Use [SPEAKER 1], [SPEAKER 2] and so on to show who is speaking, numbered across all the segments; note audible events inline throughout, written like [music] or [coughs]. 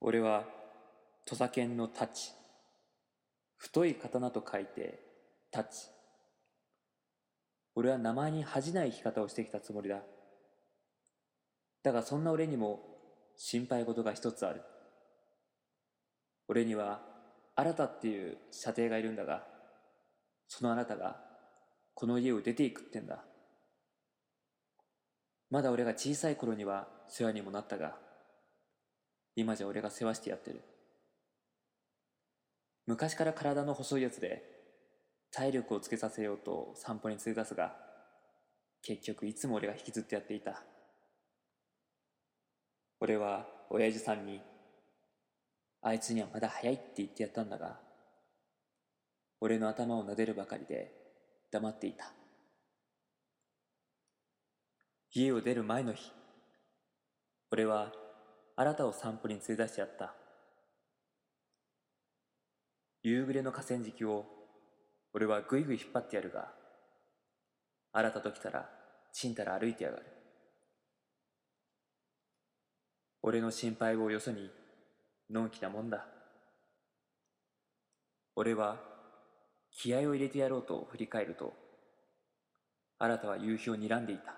[SPEAKER 1] 俺は、土佐犬の太刀。太い刀と書いて、太刀。俺は名前に恥じない生き方をしてきたつもりだ。だがそんな俺にも心配事が一つある。俺には、あなたっていう射程がいるんだが、そのあなたが、この家を出ていくってんだ。まだ俺が小さい頃には世話にもなったが、今じゃ俺が世話してやってる。昔から体の細いやつで、体力をつけさせようと散歩に連れ出すが、結局いつも俺が引きずってやっていた。俺は親父さんに、あいつにはまだ早いって言ってやったんだが、俺の頭を撫でるばかりで黙っていた。家を出る前の日、俺はあなたを散歩に連れ出してやった。夕暮れの河川敷を俺はぐいぐい引っ張ってやるが、あなたと来たらちんたら歩いてやがる。俺の心配をよそに、のんきなもんだ。俺は気合を入れてやろうと振り返ると、あなたは夕日を睨んでいた。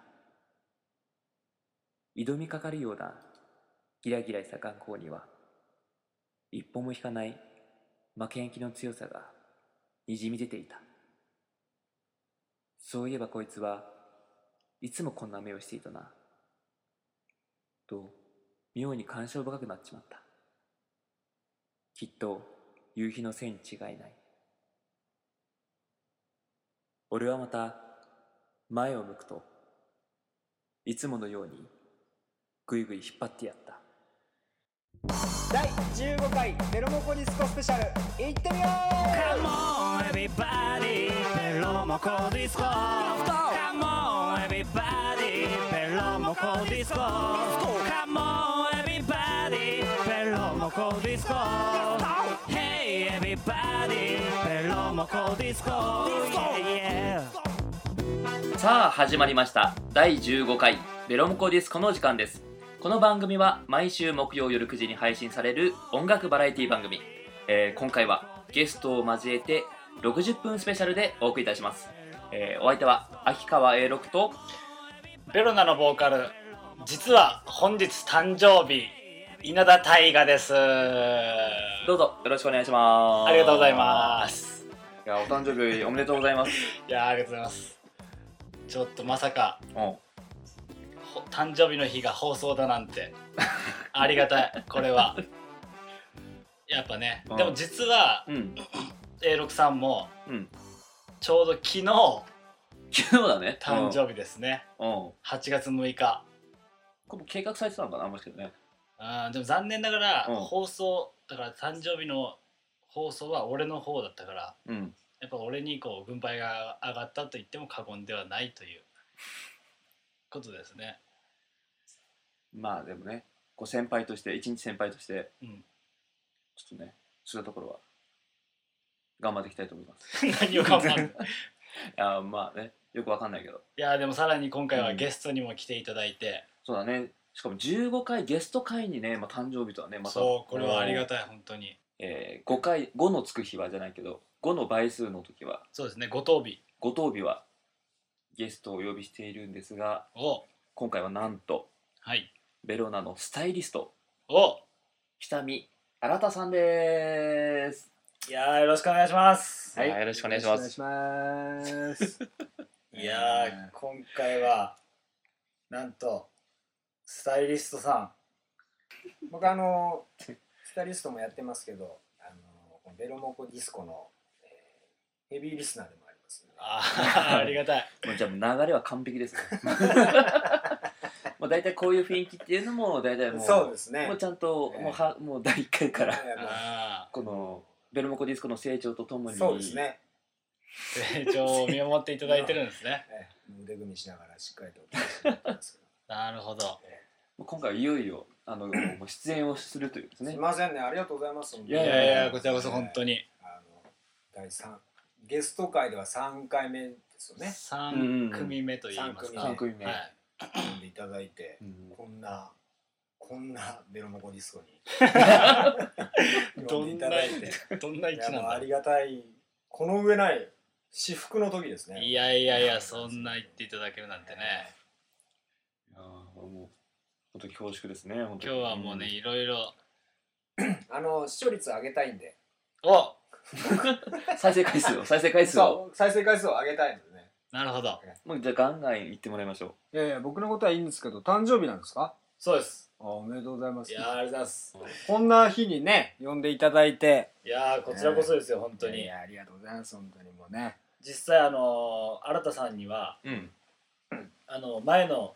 [SPEAKER 1] 挑みかかるようなギラギラした眼光には一歩も引かない負けん気の強さがにじみ出ていたそういえばこいつはいつもこんな目をしていたなと妙に感傷深くなっちまったきっと夕日のせいに違いない俺はまた前を向くといつものようにぐいぐい引っ張ってやった
[SPEAKER 2] 第15回ベロモコディスコスペシャルいってみよう
[SPEAKER 3] Come on everybody ベロモコディスコ Come on everybody ベロモコディスコ Come on everybody ベロモコディスコ Hey everybody ベロモコディスコ Yeah yeah
[SPEAKER 1] さあ始まりました第15回ベロムコディスコの時間ですこの番組は毎週木曜夜9時に配信される音楽バラエティ番組、えー今回はゲストを交えて60分スペシャルでお送りいたします、えーお相手は秋川 A6 と
[SPEAKER 4] ベロナのボーカル実は本日誕生日稲田大我です
[SPEAKER 1] どうぞよろしくお願いします
[SPEAKER 4] ありがとうございます
[SPEAKER 1] いやお誕生日おめでとうございます
[SPEAKER 4] いやありがとうございますちょっとまさか
[SPEAKER 1] うん
[SPEAKER 4] ほ誕生日の日が放送だな
[SPEAKER 1] [laughs]
[SPEAKER 4] んてありがたいこれはやっぱね、
[SPEAKER 1] うん
[SPEAKER 4] でも実は
[SPEAKER 1] うん
[SPEAKER 4] A6 さんも
[SPEAKER 1] うん
[SPEAKER 4] ちょうど昨日
[SPEAKER 1] 昨日だね
[SPEAKER 4] 誕生日ですね、
[SPEAKER 1] うんうん
[SPEAKER 4] 8月6日
[SPEAKER 1] これ計画されてたのかなもしかしてね
[SPEAKER 4] うんでも残念ながら、
[SPEAKER 1] うん
[SPEAKER 4] 放送だから誕生日の放送は俺の方だったから
[SPEAKER 1] うん
[SPEAKER 4] やっぱ俺にこう軍配が上がったと言っても過言ではないということですね。 [laughs]
[SPEAKER 1] まあでもねこう先輩として一日先輩として、
[SPEAKER 4] うん
[SPEAKER 1] ちょっとねそういうところは頑張っていきたいと思います
[SPEAKER 4] 何を頑
[SPEAKER 1] [laughs]
[SPEAKER 4] 張る
[SPEAKER 1] いやまあねよくわかんないけど
[SPEAKER 4] いやでもさらに今回はゲストにも来ていただいて、
[SPEAKER 1] そうだねしかも15回ゲスト回にね、まあ、誕生日とはねまた
[SPEAKER 4] そうこれはありが
[SPEAKER 1] と
[SPEAKER 4] たい本当に
[SPEAKER 1] う、えー、5回5のつく日はじゃないけど5の倍数の時は
[SPEAKER 4] そうですねご当日
[SPEAKER 1] ご当日はゲストをお呼びしているんですが
[SPEAKER 4] を
[SPEAKER 1] 今回はなんと
[SPEAKER 4] はい
[SPEAKER 1] ベロナのスタイリスト
[SPEAKER 4] を
[SPEAKER 1] 北見新さんです
[SPEAKER 2] いやーよろしくお願いします
[SPEAKER 1] はいよろしくお願いします
[SPEAKER 2] よろしくお願いしますいやー今回はなんとスタイリストさん僕あのスタイリストもやってますけどあのこのベロモコディスコの、えーヘビーリスナーでもありますので
[SPEAKER 4] あー [laughs] ありがたい
[SPEAKER 1] もうじゃあもう流れは完璧
[SPEAKER 2] [laughs]
[SPEAKER 1] ですねもう大体こういう雰囲気っていうのも大体もう
[SPEAKER 2] そうですね
[SPEAKER 1] もうちゃんと、
[SPEAKER 2] ええ
[SPEAKER 1] もうはもう第1回から
[SPEAKER 2] いやもう
[SPEAKER 4] あ
[SPEAKER 1] このベルモコディスコの成長とともに
[SPEAKER 2] そうですね、
[SPEAKER 4] ー [laughs] 成長を見守っていただいてるんですね
[SPEAKER 2] ええ腕組みしながらしっかりとお聞きしていただいてますけど
[SPEAKER 4] [laughs] なるほど
[SPEAKER 1] もう今回はいよいよあ
[SPEAKER 2] [clears throat]
[SPEAKER 1] のもう出演をするというです
[SPEAKER 2] すい
[SPEAKER 1] ね
[SPEAKER 2] ませんね、ありがとうございます。
[SPEAKER 1] いや
[SPEAKER 4] いやいやこちらこそ本当
[SPEAKER 2] に。
[SPEAKER 4] に
[SPEAKER 2] あの第三ゲスト会では三回目ですよね。
[SPEAKER 4] 3組目といいます
[SPEAKER 2] うん
[SPEAKER 4] か
[SPEAKER 1] 3組目
[SPEAKER 4] はい
[SPEAKER 2] 呼んでいただいて、
[SPEAKER 1] うん
[SPEAKER 2] こんなこんなベロモコディスコに
[SPEAKER 4] ど
[SPEAKER 2] 呼んで
[SPEAKER 4] ん
[SPEAKER 2] い
[SPEAKER 4] な
[SPEAKER 2] ただいて
[SPEAKER 4] どんない位
[SPEAKER 2] や
[SPEAKER 4] 置
[SPEAKER 2] もう
[SPEAKER 4] な
[SPEAKER 2] あ
[SPEAKER 4] ん
[SPEAKER 2] りがたいこの上ない至福の時です
[SPEAKER 4] だ
[SPEAKER 2] ね
[SPEAKER 4] いやいやいやそんな言っていただけるなんてね
[SPEAKER 1] いやーもう本当に恐縮ですね今
[SPEAKER 4] 今日はもうねいろいろ
[SPEAKER 2] あの視聴率上げたいんで
[SPEAKER 4] お
[SPEAKER 1] 再生回数を再生回数を、
[SPEAKER 2] そう再生回数を上げたいんでね
[SPEAKER 4] なるほど
[SPEAKER 1] もうじゃあガンガン行ってもらいましょう
[SPEAKER 2] いやいや僕のことはいいんですけど誕生日なんですか
[SPEAKER 4] そうです
[SPEAKER 2] あおめでとうございます
[SPEAKER 4] いやーありがとうございます
[SPEAKER 2] こんな日にね呼んでいただいて
[SPEAKER 4] いやーこちらこそですよ本当
[SPEAKER 2] い
[SPEAKER 4] に
[SPEAKER 2] やありがとうございます本当にもうね
[SPEAKER 4] 実際あのー新田さんには
[SPEAKER 1] うん
[SPEAKER 4] あの前の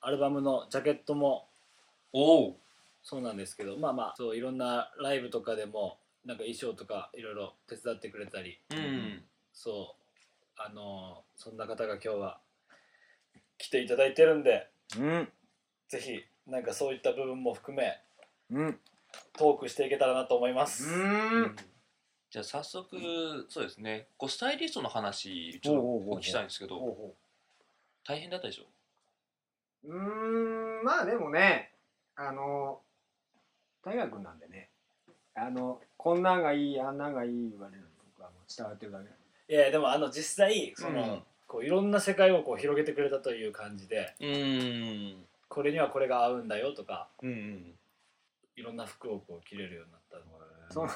[SPEAKER 4] アルバムのジャケットも
[SPEAKER 1] おお
[SPEAKER 4] そうなんですけどまあまあそういろんなライブとかでもなんか衣装とかいろいろ手伝ってくれたり
[SPEAKER 1] うん
[SPEAKER 4] そうあのーそんな方が今日は来ていただいてるんで
[SPEAKER 2] うん
[SPEAKER 4] ぜひなんかそういった部分も含め
[SPEAKER 2] うん
[SPEAKER 4] トークしていけたらなと思います、
[SPEAKER 2] うん
[SPEAKER 1] じゃあ早速そうですねこうスタイリストの話ち
[SPEAKER 2] ほう
[SPEAKER 1] ょ
[SPEAKER 2] ほ
[SPEAKER 1] っ
[SPEAKER 2] うほう
[SPEAKER 1] とお聞きしたいんですけ
[SPEAKER 2] ほ
[SPEAKER 1] ど
[SPEAKER 2] うほ
[SPEAKER 1] 大変だったでしょ
[SPEAKER 2] ううーんまあでもねあの大学なんでねあのこんなんがいいあんなんがいい言われるの僕はもう伝わってるだけ
[SPEAKER 4] いやでもあの実際その、
[SPEAKER 1] うん
[SPEAKER 4] こういろんな世界をこう広げてくれたという感じで
[SPEAKER 1] うーん
[SPEAKER 4] これにはこれが合うんだよとか
[SPEAKER 1] うん
[SPEAKER 4] いろんな服をこう着れるようになったの
[SPEAKER 2] そう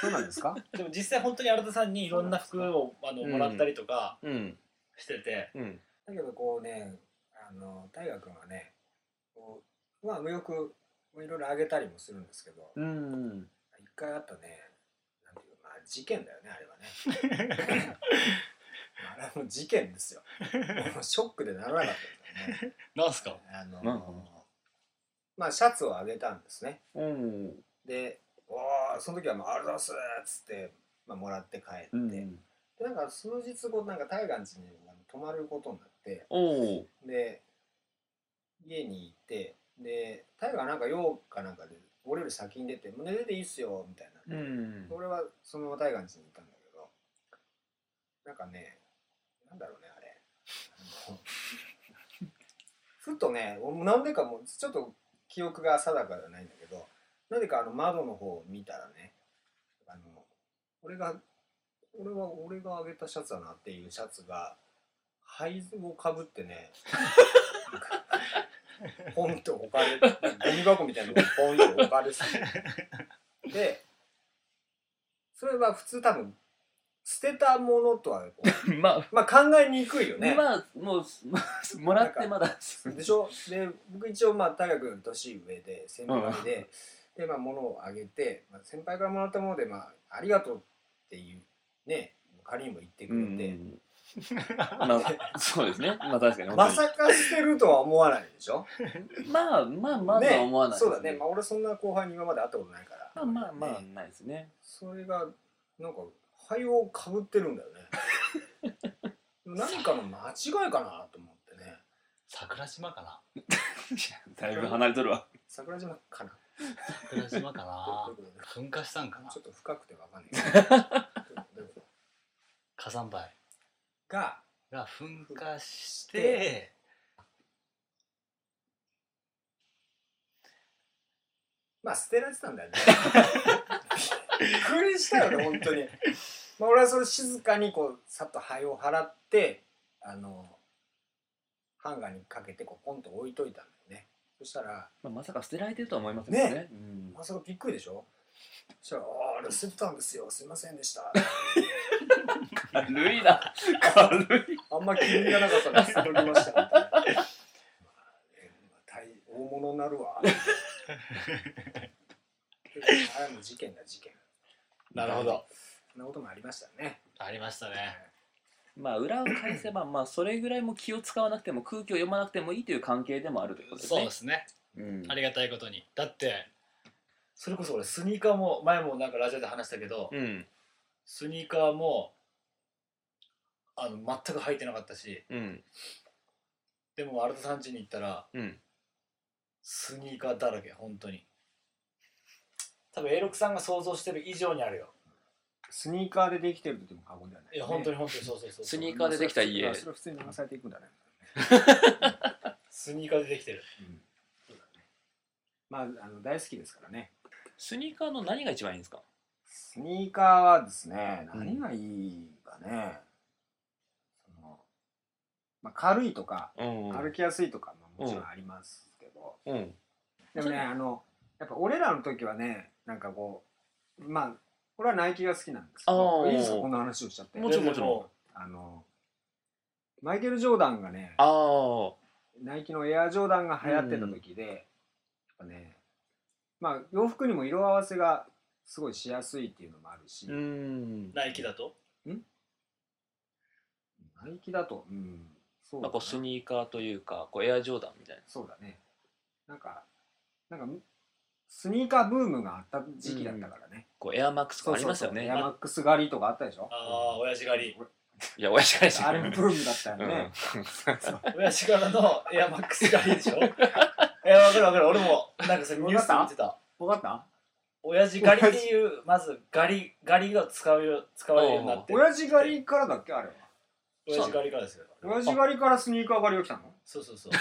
[SPEAKER 2] そうなんですか
[SPEAKER 4] でも実際本当に新田さんにいろんな服をあの
[SPEAKER 1] うん
[SPEAKER 4] もらったりとか
[SPEAKER 1] うん
[SPEAKER 4] してて、
[SPEAKER 1] うん
[SPEAKER 2] [laughs] だけどこうねあの大学はねこうまあ右翼をいろいろあげたりもするんですけど、
[SPEAKER 1] うん
[SPEAKER 2] 一回あったねなんていうかまあ事件だよねあれはね
[SPEAKER 1] [laughs]
[SPEAKER 2] あれも事件ですよもうショックでならなかったですよね
[SPEAKER 4] なんすか
[SPEAKER 2] あの
[SPEAKER 1] なんか
[SPEAKER 2] まあシャツをあげたんですね
[SPEAKER 1] うん
[SPEAKER 2] で「おーその時はもう「ありがとうございます」っつって、まあ、もらって帰って、でなんか数日後なんか大河地にあの泊まることになって
[SPEAKER 1] おお
[SPEAKER 2] で家に行ってで大河なんか用かなんかで俺より先に出て「もう寝てていいっすよ」みたいな、
[SPEAKER 1] うん
[SPEAKER 2] 俺はそのまま大岩寺にいたんだけどなんかねなんだろうねあれ
[SPEAKER 1] [laughs]
[SPEAKER 2] あのふとね俺もなんでかもうちょっと記憶が定かではないんだけどなぜかあの窓の方を見たらねあの俺が俺は俺があげたシャツだなっていうシャツが灰をかぶっ
[SPEAKER 1] [laughs]
[SPEAKER 2] てねなんかポンと置かれゴミ箱みたいなのにポンと置かれててでそれは普通多分捨てたものとはこう [laughs]
[SPEAKER 1] まあ
[SPEAKER 2] まあ考えにくいよね、
[SPEAKER 1] まあもうまあもらってまだ
[SPEAKER 2] でしょで僕一応まあ大学より年上で先輩で、でまあ物をあげて、まあ、先輩からもらったものでまあありがとうっていうね仮にも言ってく
[SPEAKER 1] う
[SPEAKER 2] れ
[SPEAKER 1] ん
[SPEAKER 2] て、
[SPEAKER 1] まあそうですねまあ確かに
[SPEAKER 2] まさか捨てるとは思わないでしょ
[SPEAKER 1] まあまあまだ思わない
[SPEAKER 2] ね、そうだね、まあ、俺そんな後輩に今まで会ったことないから
[SPEAKER 1] まあまあまあ
[SPEAKER 2] ね
[SPEAKER 1] ないですね
[SPEAKER 2] それがなんか灰をかぶってるんだよね
[SPEAKER 1] [laughs]
[SPEAKER 2] 何かの間違いかなと思ってね
[SPEAKER 4] 桜島かな
[SPEAKER 1] だいぶ離れとるわ
[SPEAKER 2] 桜島かな
[SPEAKER 4] 桜島かな
[SPEAKER 2] どういうことだ
[SPEAKER 4] [laughs] 噴火したんかな
[SPEAKER 2] ちょっと深くてわかんないけどどういうこと
[SPEAKER 4] 火山灰
[SPEAKER 2] が
[SPEAKER 4] が噴火して
[SPEAKER 2] まあ捨てられてたんだよねびっくりしたよね本当にまあ俺はそれ静かにこうさっと灰を払ってあのハンガーにかけてこうポンと置いといたんだよねそしたら
[SPEAKER 1] まあまさか捨てられてるとは思いませんもんねうん
[SPEAKER 2] まさかびっくりでしょそしたら「あああれ捨ててたんですよすいませんでした」
[SPEAKER 1] 軽いな軽い
[SPEAKER 2] あんま気に入らなかったんです届きましたみたいなまあね大大物になるわであれも事件だ事件
[SPEAKER 4] なるほど
[SPEAKER 2] そんなこともありましたね
[SPEAKER 4] ありましたね
[SPEAKER 1] まあ裏を返せばまあそれぐらいも気を使わなくても空気を読まなくてもいいという関係でもあるということです
[SPEAKER 4] そう
[SPEAKER 1] ね
[SPEAKER 4] ですね
[SPEAKER 1] うん
[SPEAKER 4] ありがたいことにだってそれこそ俺スニーカーも前もなんかラジオで話したけど
[SPEAKER 1] うん
[SPEAKER 4] スニーカーもあの全く履いてなかったし
[SPEAKER 1] うん
[SPEAKER 4] でもアルトさん家に行ったら
[SPEAKER 1] うん
[SPEAKER 4] スニーカーだらけ本当に多分 A6 さんが想像してる以上にあるよ
[SPEAKER 2] スニーカーでできてるとでも過言ではない、
[SPEAKER 4] いや本当に本当にそうそうそう
[SPEAKER 1] スニーカーでできた家
[SPEAKER 2] あそれは普通に流されていくんだね、
[SPEAKER 4] スニーカーでできてる
[SPEAKER 2] うんまあ、あの大好きですからね。
[SPEAKER 1] スニーカーの何が一番いいんですか
[SPEAKER 2] スニーカーはですね、
[SPEAKER 1] うん
[SPEAKER 2] 何がいいかね、そのまあ、軽いとか、
[SPEAKER 1] うん
[SPEAKER 2] 歩きやすいとかももちろんありますけど、
[SPEAKER 1] うん
[SPEAKER 2] でもね、あの、やっぱ俺らの時はね、なんかこう、まあ、俺はナイキが好きなんですけ
[SPEAKER 1] あ
[SPEAKER 2] ど、
[SPEAKER 1] ー
[SPEAKER 2] いいですか、こんな話をしちゃって。
[SPEAKER 1] もちろんもちろん
[SPEAKER 2] あの、マイケル・ジョーダンがね、
[SPEAKER 1] ああ
[SPEAKER 2] ナイキのエアジョーダンが流行ってた時で、やっぱね、まあ、洋服にも色合わせがすごいしやすいっていうのもあるし、
[SPEAKER 1] うん
[SPEAKER 4] ナイキだと
[SPEAKER 2] ナイキだと、うん、そう
[SPEAKER 1] ま
[SPEAKER 2] だ
[SPEAKER 1] あこうスニーカーというかこうエアジョーダンみたいな
[SPEAKER 2] そうだね。なんか、なんか、スニーカーブームがあった時期だったからね。
[SPEAKER 1] こうエアマックスと
[SPEAKER 2] そう
[SPEAKER 1] かありますよね
[SPEAKER 2] そうそうエアマックス狩りとかあったでしょ。
[SPEAKER 4] ああ親父狩り
[SPEAKER 1] いや親父返し
[SPEAKER 2] あれもブームだったよね。
[SPEAKER 4] 親父からのエアマックス狩りで [laughs] しょいや分かる分かる俺もなんかそれニュースで見てた
[SPEAKER 2] わかった
[SPEAKER 4] 親父狩りっていうまず狩り狩りが使うよ使われるようになって
[SPEAKER 2] 親父狩りからだっけあれは。
[SPEAKER 4] 親父狩りからですよ
[SPEAKER 2] 親父狩りからスニーカー狩りが来たの
[SPEAKER 4] そうそうそう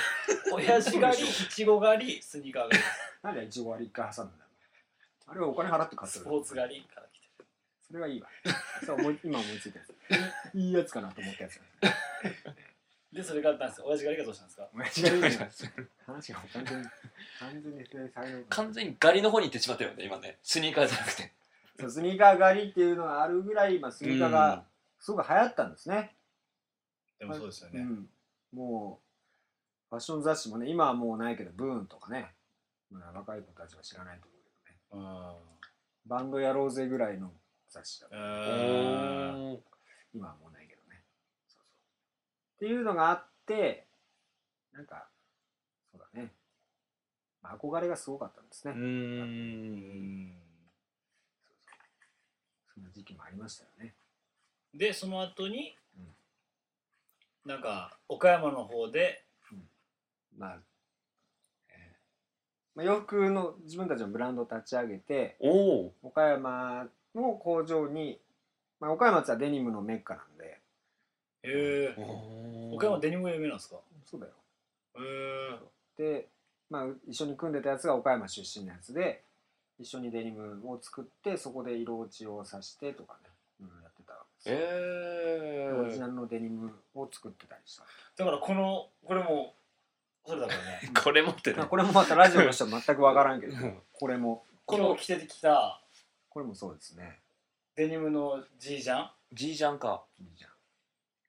[SPEAKER 4] 親父狩りいちご狩りスニーカー狩り
[SPEAKER 2] なんでイチゴ割り一回挟んだのあれはお金払って買って
[SPEAKER 4] ス
[SPEAKER 2] る。
[SPEAKER 4] ポーツ狩りから来てる
[SPEAKER 2] それはいいわ。そう思い今思いついたやつ。いいやつかなと思ったやつ。
[SPEAKER 4] でそれがあったんですよ親父狩りがどうしたんですか
[SPEAKER 2] 親父狩りだよ話が完全に、完全に否定される
[SPEAKER 1] 完全にガリの方に行ってしまったよね今ねスニーカーじゃなくて
[SPEAKER 2] そうスニーカー狩りっていうのがあるぐらい、まあ、スニーカーがすごく流行ったんですね。
[SPEAKER 4] で
[SPEAKER 2] もそう
[SPEAKER 4] ですよ
[SPEAKER 2] うん、もうファッション雑誌もね今はもうないけどブーンとかね、まあ、若い子たちは知らないと思うけどね
[SPEAKER 4] うん
[SPEAKER 2] バンドやろうぜぐらいの雑誌だから
[SPEAKER 4] うん
[SPEAKER 2] 今はもうないけどねそうそうっていうのがあってなんかそうだね、まあ、憧れがすごかったんですね、
[SPEAKER 1] ん
[SPEAKER 2] そんな時期もありましたよね
[SPEAKER 4] でその後に、
[SPEAKER 2] うん
[SPEAKER 4] なんか岡山の方で
[SPEAKER 2] まあ、えーまあ、洋服の自分たちのブランドを立ち上げて
[SPEAKER 1] おお
[SPEAKER 2] 岡山の工場に、まあ、岡山ってはデニムのメッカなんで
[SPEAKER 4] へえ岡山デニムが有名なんですか
[SPEAKER 2] そうだよ
[SPEAKER 4] へえ
[SPEAKER 2] で、まあ、一緒に組んでたやつが岡山出身のやつで一緒にデニムを作ってそこで色落ちをさしてとかね、うん、やってたわけですよ
[SPEAKER 1] え
[SPEAKER 2] オリジナルのデニムを作ってたりした、
[SPEAKER 4] だからこのこれもそれだからね
[SPEAKER 1] これ持って
[SPEAKER 2] まあ
[SPEAKER 1] ね
[SPEAKER 2] これもまたラジオの人は全くわからんけどこれも
[SPEAKER 1] [laughs] こ
[SPEAKER 4] 今
[SPEAKER 1] の
[SPEAKER 4] 日着てきた
[SPEAKER 2] これもそうですね
[SPEAKER 4] デニムの G じゃん
[SPEAKER 1] G ジャンか
[SPEAKER 2] いいじゃん
[SPEAKER 1] あ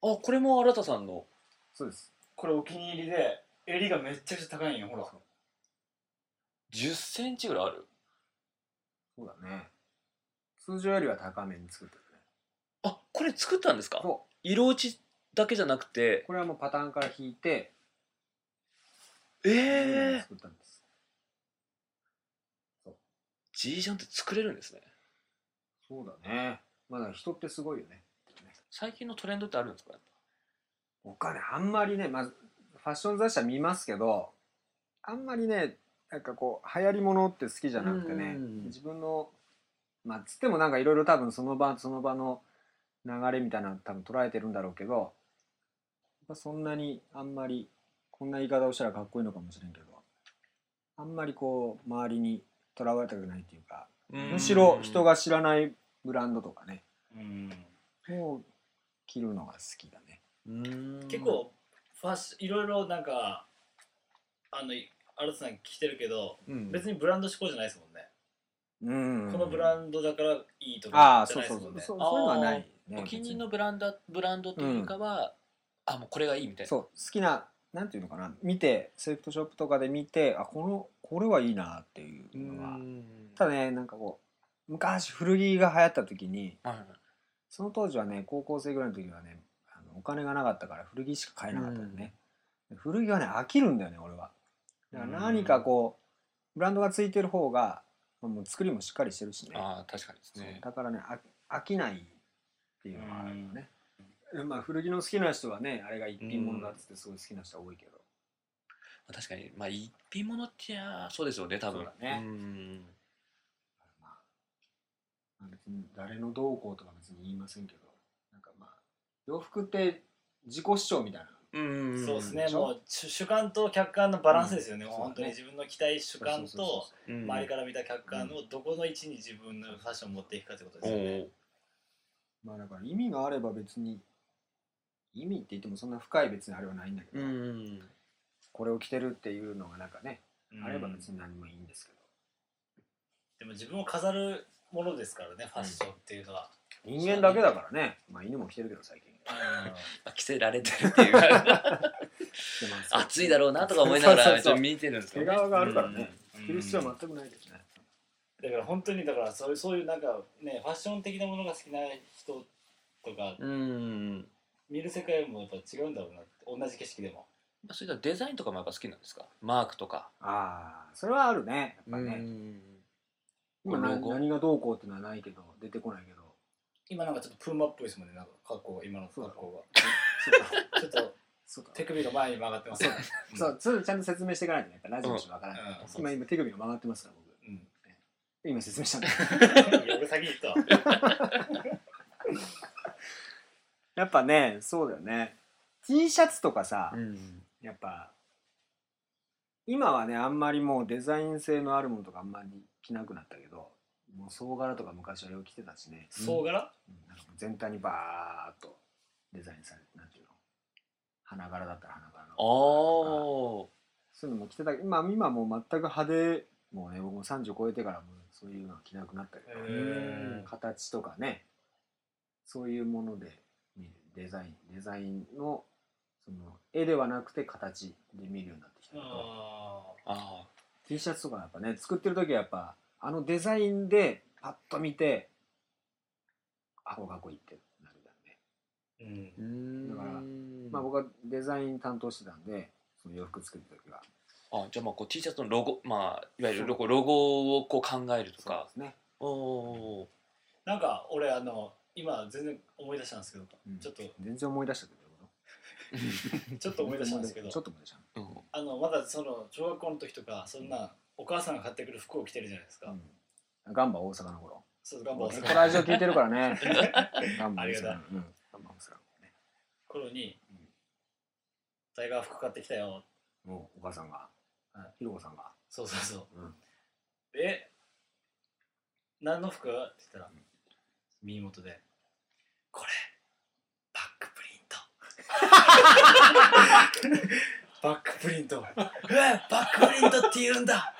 [SPEAKER 1] これも新田さんの
[SPEAKER 2] そうです
[SPEAKER 4] これお気に入りで襟がめっちゃくちゃ高いんよほら
[SPEAKER 2] そう
[SPEAKER 1] 1 0ンチぐらいある
[SPEAKER 2] そうだね通常よりは高めに作ってるね
[SPEAKER 1] あこれ作ったんですか
[SPEAKER 2] そ
[SPEAKER 1] 色落ちだけじゃなくて
[SPEAKER 2] うこれはもうパターンから引いて
[SPEAKER 1] え
[SPEAKER 2] デニムを
[SPEAKER 1] え
[SPEAKER 2] 作ったんです、
[SPEAKER 1] G ジャンって作れるんですね
[SPEAKER 2] そうだねまだ人ってすごいよね
[SPEAKER 1] 最近のトレンドってあるんですか
[SPEAKER 2] お金あんまりね、まずファッション雑誌は見ますけどあんまりねなんかこう流行りものって好きじゃなくてね
[SPEAKER 1] うん
[SPEAKER 2] 自分のまあつってもなんかいろいろ多分その場その場の流れみたいなの多分捉えてるんだろうけどやっぱそんなにあんまりこんな言い方をしたらかっこいいのかもしれんけどあんまりこう周りにとらわれたくないっていうかむしろ人が知らないブランドとかね
[SPEAKER 4] うん
[SPEAKER 2] を着るのが好きだね。
[SPEAKER 4] 結構ファッシいろいろなんかあの新田さん着てるけど別にブランド志向じゃないですもんね、
[SPEAKER 2] うん
[SPEAKER 4] このブランドだからいいと
[SPEAKER 2] あ
[SPEAKER 4] か
[SPEAKER 2] あ、
[SPEAKER 4] じゃ
[SPEAKER 2] そう
[SPEAKER 4] ない
[SPEAKER 2] そ
[SPEAKER 4] です
[SPEAKER 2] うそう。そう
[SPEAKER 4] もんね
[SPEAKER 2] そういうのはない、ね。
[SPEAKER 1] お気に入りのブランドブランドというかは、あもうこれがいいみた
[SPEAKER 2] 別に
[SPEAKER 1] いな
[SPEAKER 2] そう、好きな、なんていうのかな、見て、セレクトショップとかで見て、あ、この、これはいいなっていうのは。ただね、なんかこう、昔古着が流行った時に、
[SPEAKER 1] はい
[SPEAKER 2] その当時はね、高校生ぐらいの時はね、あのお金がなかったから古着しか買えなかったよね。古着はね、飽きるんだよね、俺は。だから何かこう、ブランドがついてる方が、まあもう作りもしっかりしてるしね。
[SPEAKER 1] あー確かにですね
[SPEAKER 2] だからねあ飽きないっていうのがあるよね、まあ古着の好きな人はねあれが一品物だっつってすごい好きな人は多いけど、
[SPEAKER 1] 確かにまあ一品物ってやそうですよね多分
[SPEAKER 2] そうだね
[SPEAKER 1] うん
[SPEAKER 2] まあ別に誰のどうこうとか別に言いませんけどなんかまあ洋服って自己主張みたいなの
[SPEAKER 1] うん
[SPEAKER 4] そうですね、
[SPEAKER 2] うん
[SPEAKER 4] もう主主観と客観のバランスですよね、
[SPEAKER 1] うん
[SPEAKER 4] もう
[SPEAKER 1] そうだね
[SPEAKER 4] 本当に自分の期待主観
[SPEAKER 2] そうそうそう
[SPEAKER 4] と
[SPEAKER 1] うん
[SPEAKER 4] 周りから見た客観をどこの位置に自分のファッションを持っていくかってことですよね。
[SPEAKER 2] まあだから意味があれば別に意味って言ってもそんな深い別にあれはないんだけ
[SPEAKER 1] う
[SPEAKER 2] ど、
[SPEAKER 1] ん
[SPEAKER 2] これを着てるっていうのがなんかね、
[SPEAKER 4] うん
[SPEAKER 2] あれば別に何もいいんですけど
[SPEAKER 4] でも自分を飾るものですからねファッションっていうのは。
[SPEAKER 2] 人間だけだからねまあ犬も着てるけど最近
[SPEAKER 1] まあ着せられてるっていう
[SPEAKER 2] [laughs]
[SPEAKER 1] 暑いだろうなとか思いながら
[SPEAKER 2] そ
[SPEAKER 1] め
[SPEAKER 2] うそう
[SPEAKER 1] っちゃ
[SPEAKER 2] そう
[SPEAKER 1] 見てるんです
[SPEAKER 2] 毛
[SPEAKER 1] よ
[SPEAKER 2] 皮
[SPEAKER 1] ね
[SPEAKER 2] があるからね
[SPEAKER 4] うん
[SPEAKER 2] 着る必要は全くないけどね
[SPEAKER 4] だから本当にだからそういうそういうなんかねファッション的なものが好きな人とか
[SPEAKER 1] うん
[SPEAKER 4] 見る世界もやっぱ違うんだろうなって同じ景色でも。
[SPEAKER 1] まあそういったデザインとかもやっぱ好きなんですかマークとか
[SPEAKER 2] ああそれはあるねやっぱね
[SPEAKER 1] ん
[SPEAKER 2] 今な
[SPEAKER 1] ロゴ
[SPEAKER 2] 何がどうこうってのはない [laughs] けど出てこないけど
[SPEAKER 4] 今なんかちょっとプーマっぽいですもんねなんか格好が今の格好が。ちょっと
[SPEAKER 2] そうか
[SPEAKER 4] 手首が前に曲がってますね。
[SPEAKER 2] そうそういうのちゃんと説明していかないとねやっぱラジオじゃわからない
[SPEAKER 4] うんうんそう
[SPEAKER 2] 今今手首が曲がってますから僕
[SPEAKER 4] うん。うん
[SPEAKER 2] 今説明したんだ
[SPEAKER 4] いや俺先に言ったわ
[SPEAKER 2] やっぱねそうだよね T シャツとかさ
[SPEAKER 1] うん
[SPEAKER 2] やっぱ今はねあんまりもうデザイン性のあるものとかあんまり着なくなったけどもう総柄とか昔はよく着てたしね、
[SPEAKER 4] 総柄
[SPEAKER 2] うんなんか全体にバーっとデザインされてなんていうの花柄だったら花柄の
[SPEAKER 1] あ
[SPEAKER 2] とか
[SPEAKER 1] ー
[SPEAKER 2] そういうのも着てたけど今今はもう全く派手もうね僕も30超えてからもうそういうのは着なくなったけど、
[SPEAKER 4] へー
[SPEAKER 2] 形とかねそういうもので見るデザインデザインのその絵ではなくて形で見るようになってきたけど、
[SPEAKER 4] あ
[SPEAKER 1] あ
[SPEAKER 2] T シャツとかやっぱね作ってる時はやっぱあのデザインでパッと見てあこうかっこいいってなるんだよね、
[SPEAKER 4] ーう
[SPEAKER 1] ーう
[SPEAKER 4] ん
[SPEAKER 1] ん
[SPEAKER 2] だからま
[SPEAKER 1] ま
[SPEAKER 2] あ僕はデザイン担当してたんでその洋服作る時は
[SPEAKER 1] ああじゃあまあこう T シャツのロゴまあいわゆるロゴロゴをこう考えると
[SPEAKER 2] そう
[SPEAKER 1] か
[SPEAKER 2] ですね
[SPEAKER 1] おー
[SPEAKER 4] なんか俺あの今全然思い出したんですけど、
[SPEAKER 2] うん
[SPEAKER 4] ちょっと
[SPEAKER 2] 全然思い出したけど
[SPEAKER 4] ちょっと思い出したんですけど
[SPEAKER 2] ちょっと思い出した
[SPEAKER 1] うん
[SPEAKER 4] あのまだその小学校の時とかそんなお母さんが買ってくる服を着てるじゃないですか、
[SPEAKER 2] うん、ガンバ大阪の頃
[SPEAKER 4] そうガンバ大
[SPEAKER 2] 俺
[SPEAKER 4] 阪
[SPEAKER 2] こラジオ聞いてるから [laughs] ねガンバ
[SPEAKER 4] あ
[SPEAKER 2] 大
[SPEAKER 4] りが
[SPEAKER 2] 阪
[SPEAKER 4] たい
[SPEAKER 2] うんガンバ大阪の頃ね
[SPEAKER 4] 頃に、
[SPEAKER 2] うん
[SPEAKER 4] タイガー服買ってきたよ
[SPEAKER 2] もうお母さんが
[SPEAKER 4] はい
[SPEAKER 2] ひろこさんが
[SPEAKER 4] そうそうそう
[SPEAKER 2] うん
[SPEAKER 4] え何の服って言ったら
[SPEAKER 2] うん
[SPEAKER 4] 耳元で「これバックプリント」 [laughs] バックプリントうわバックプリントって言うんだ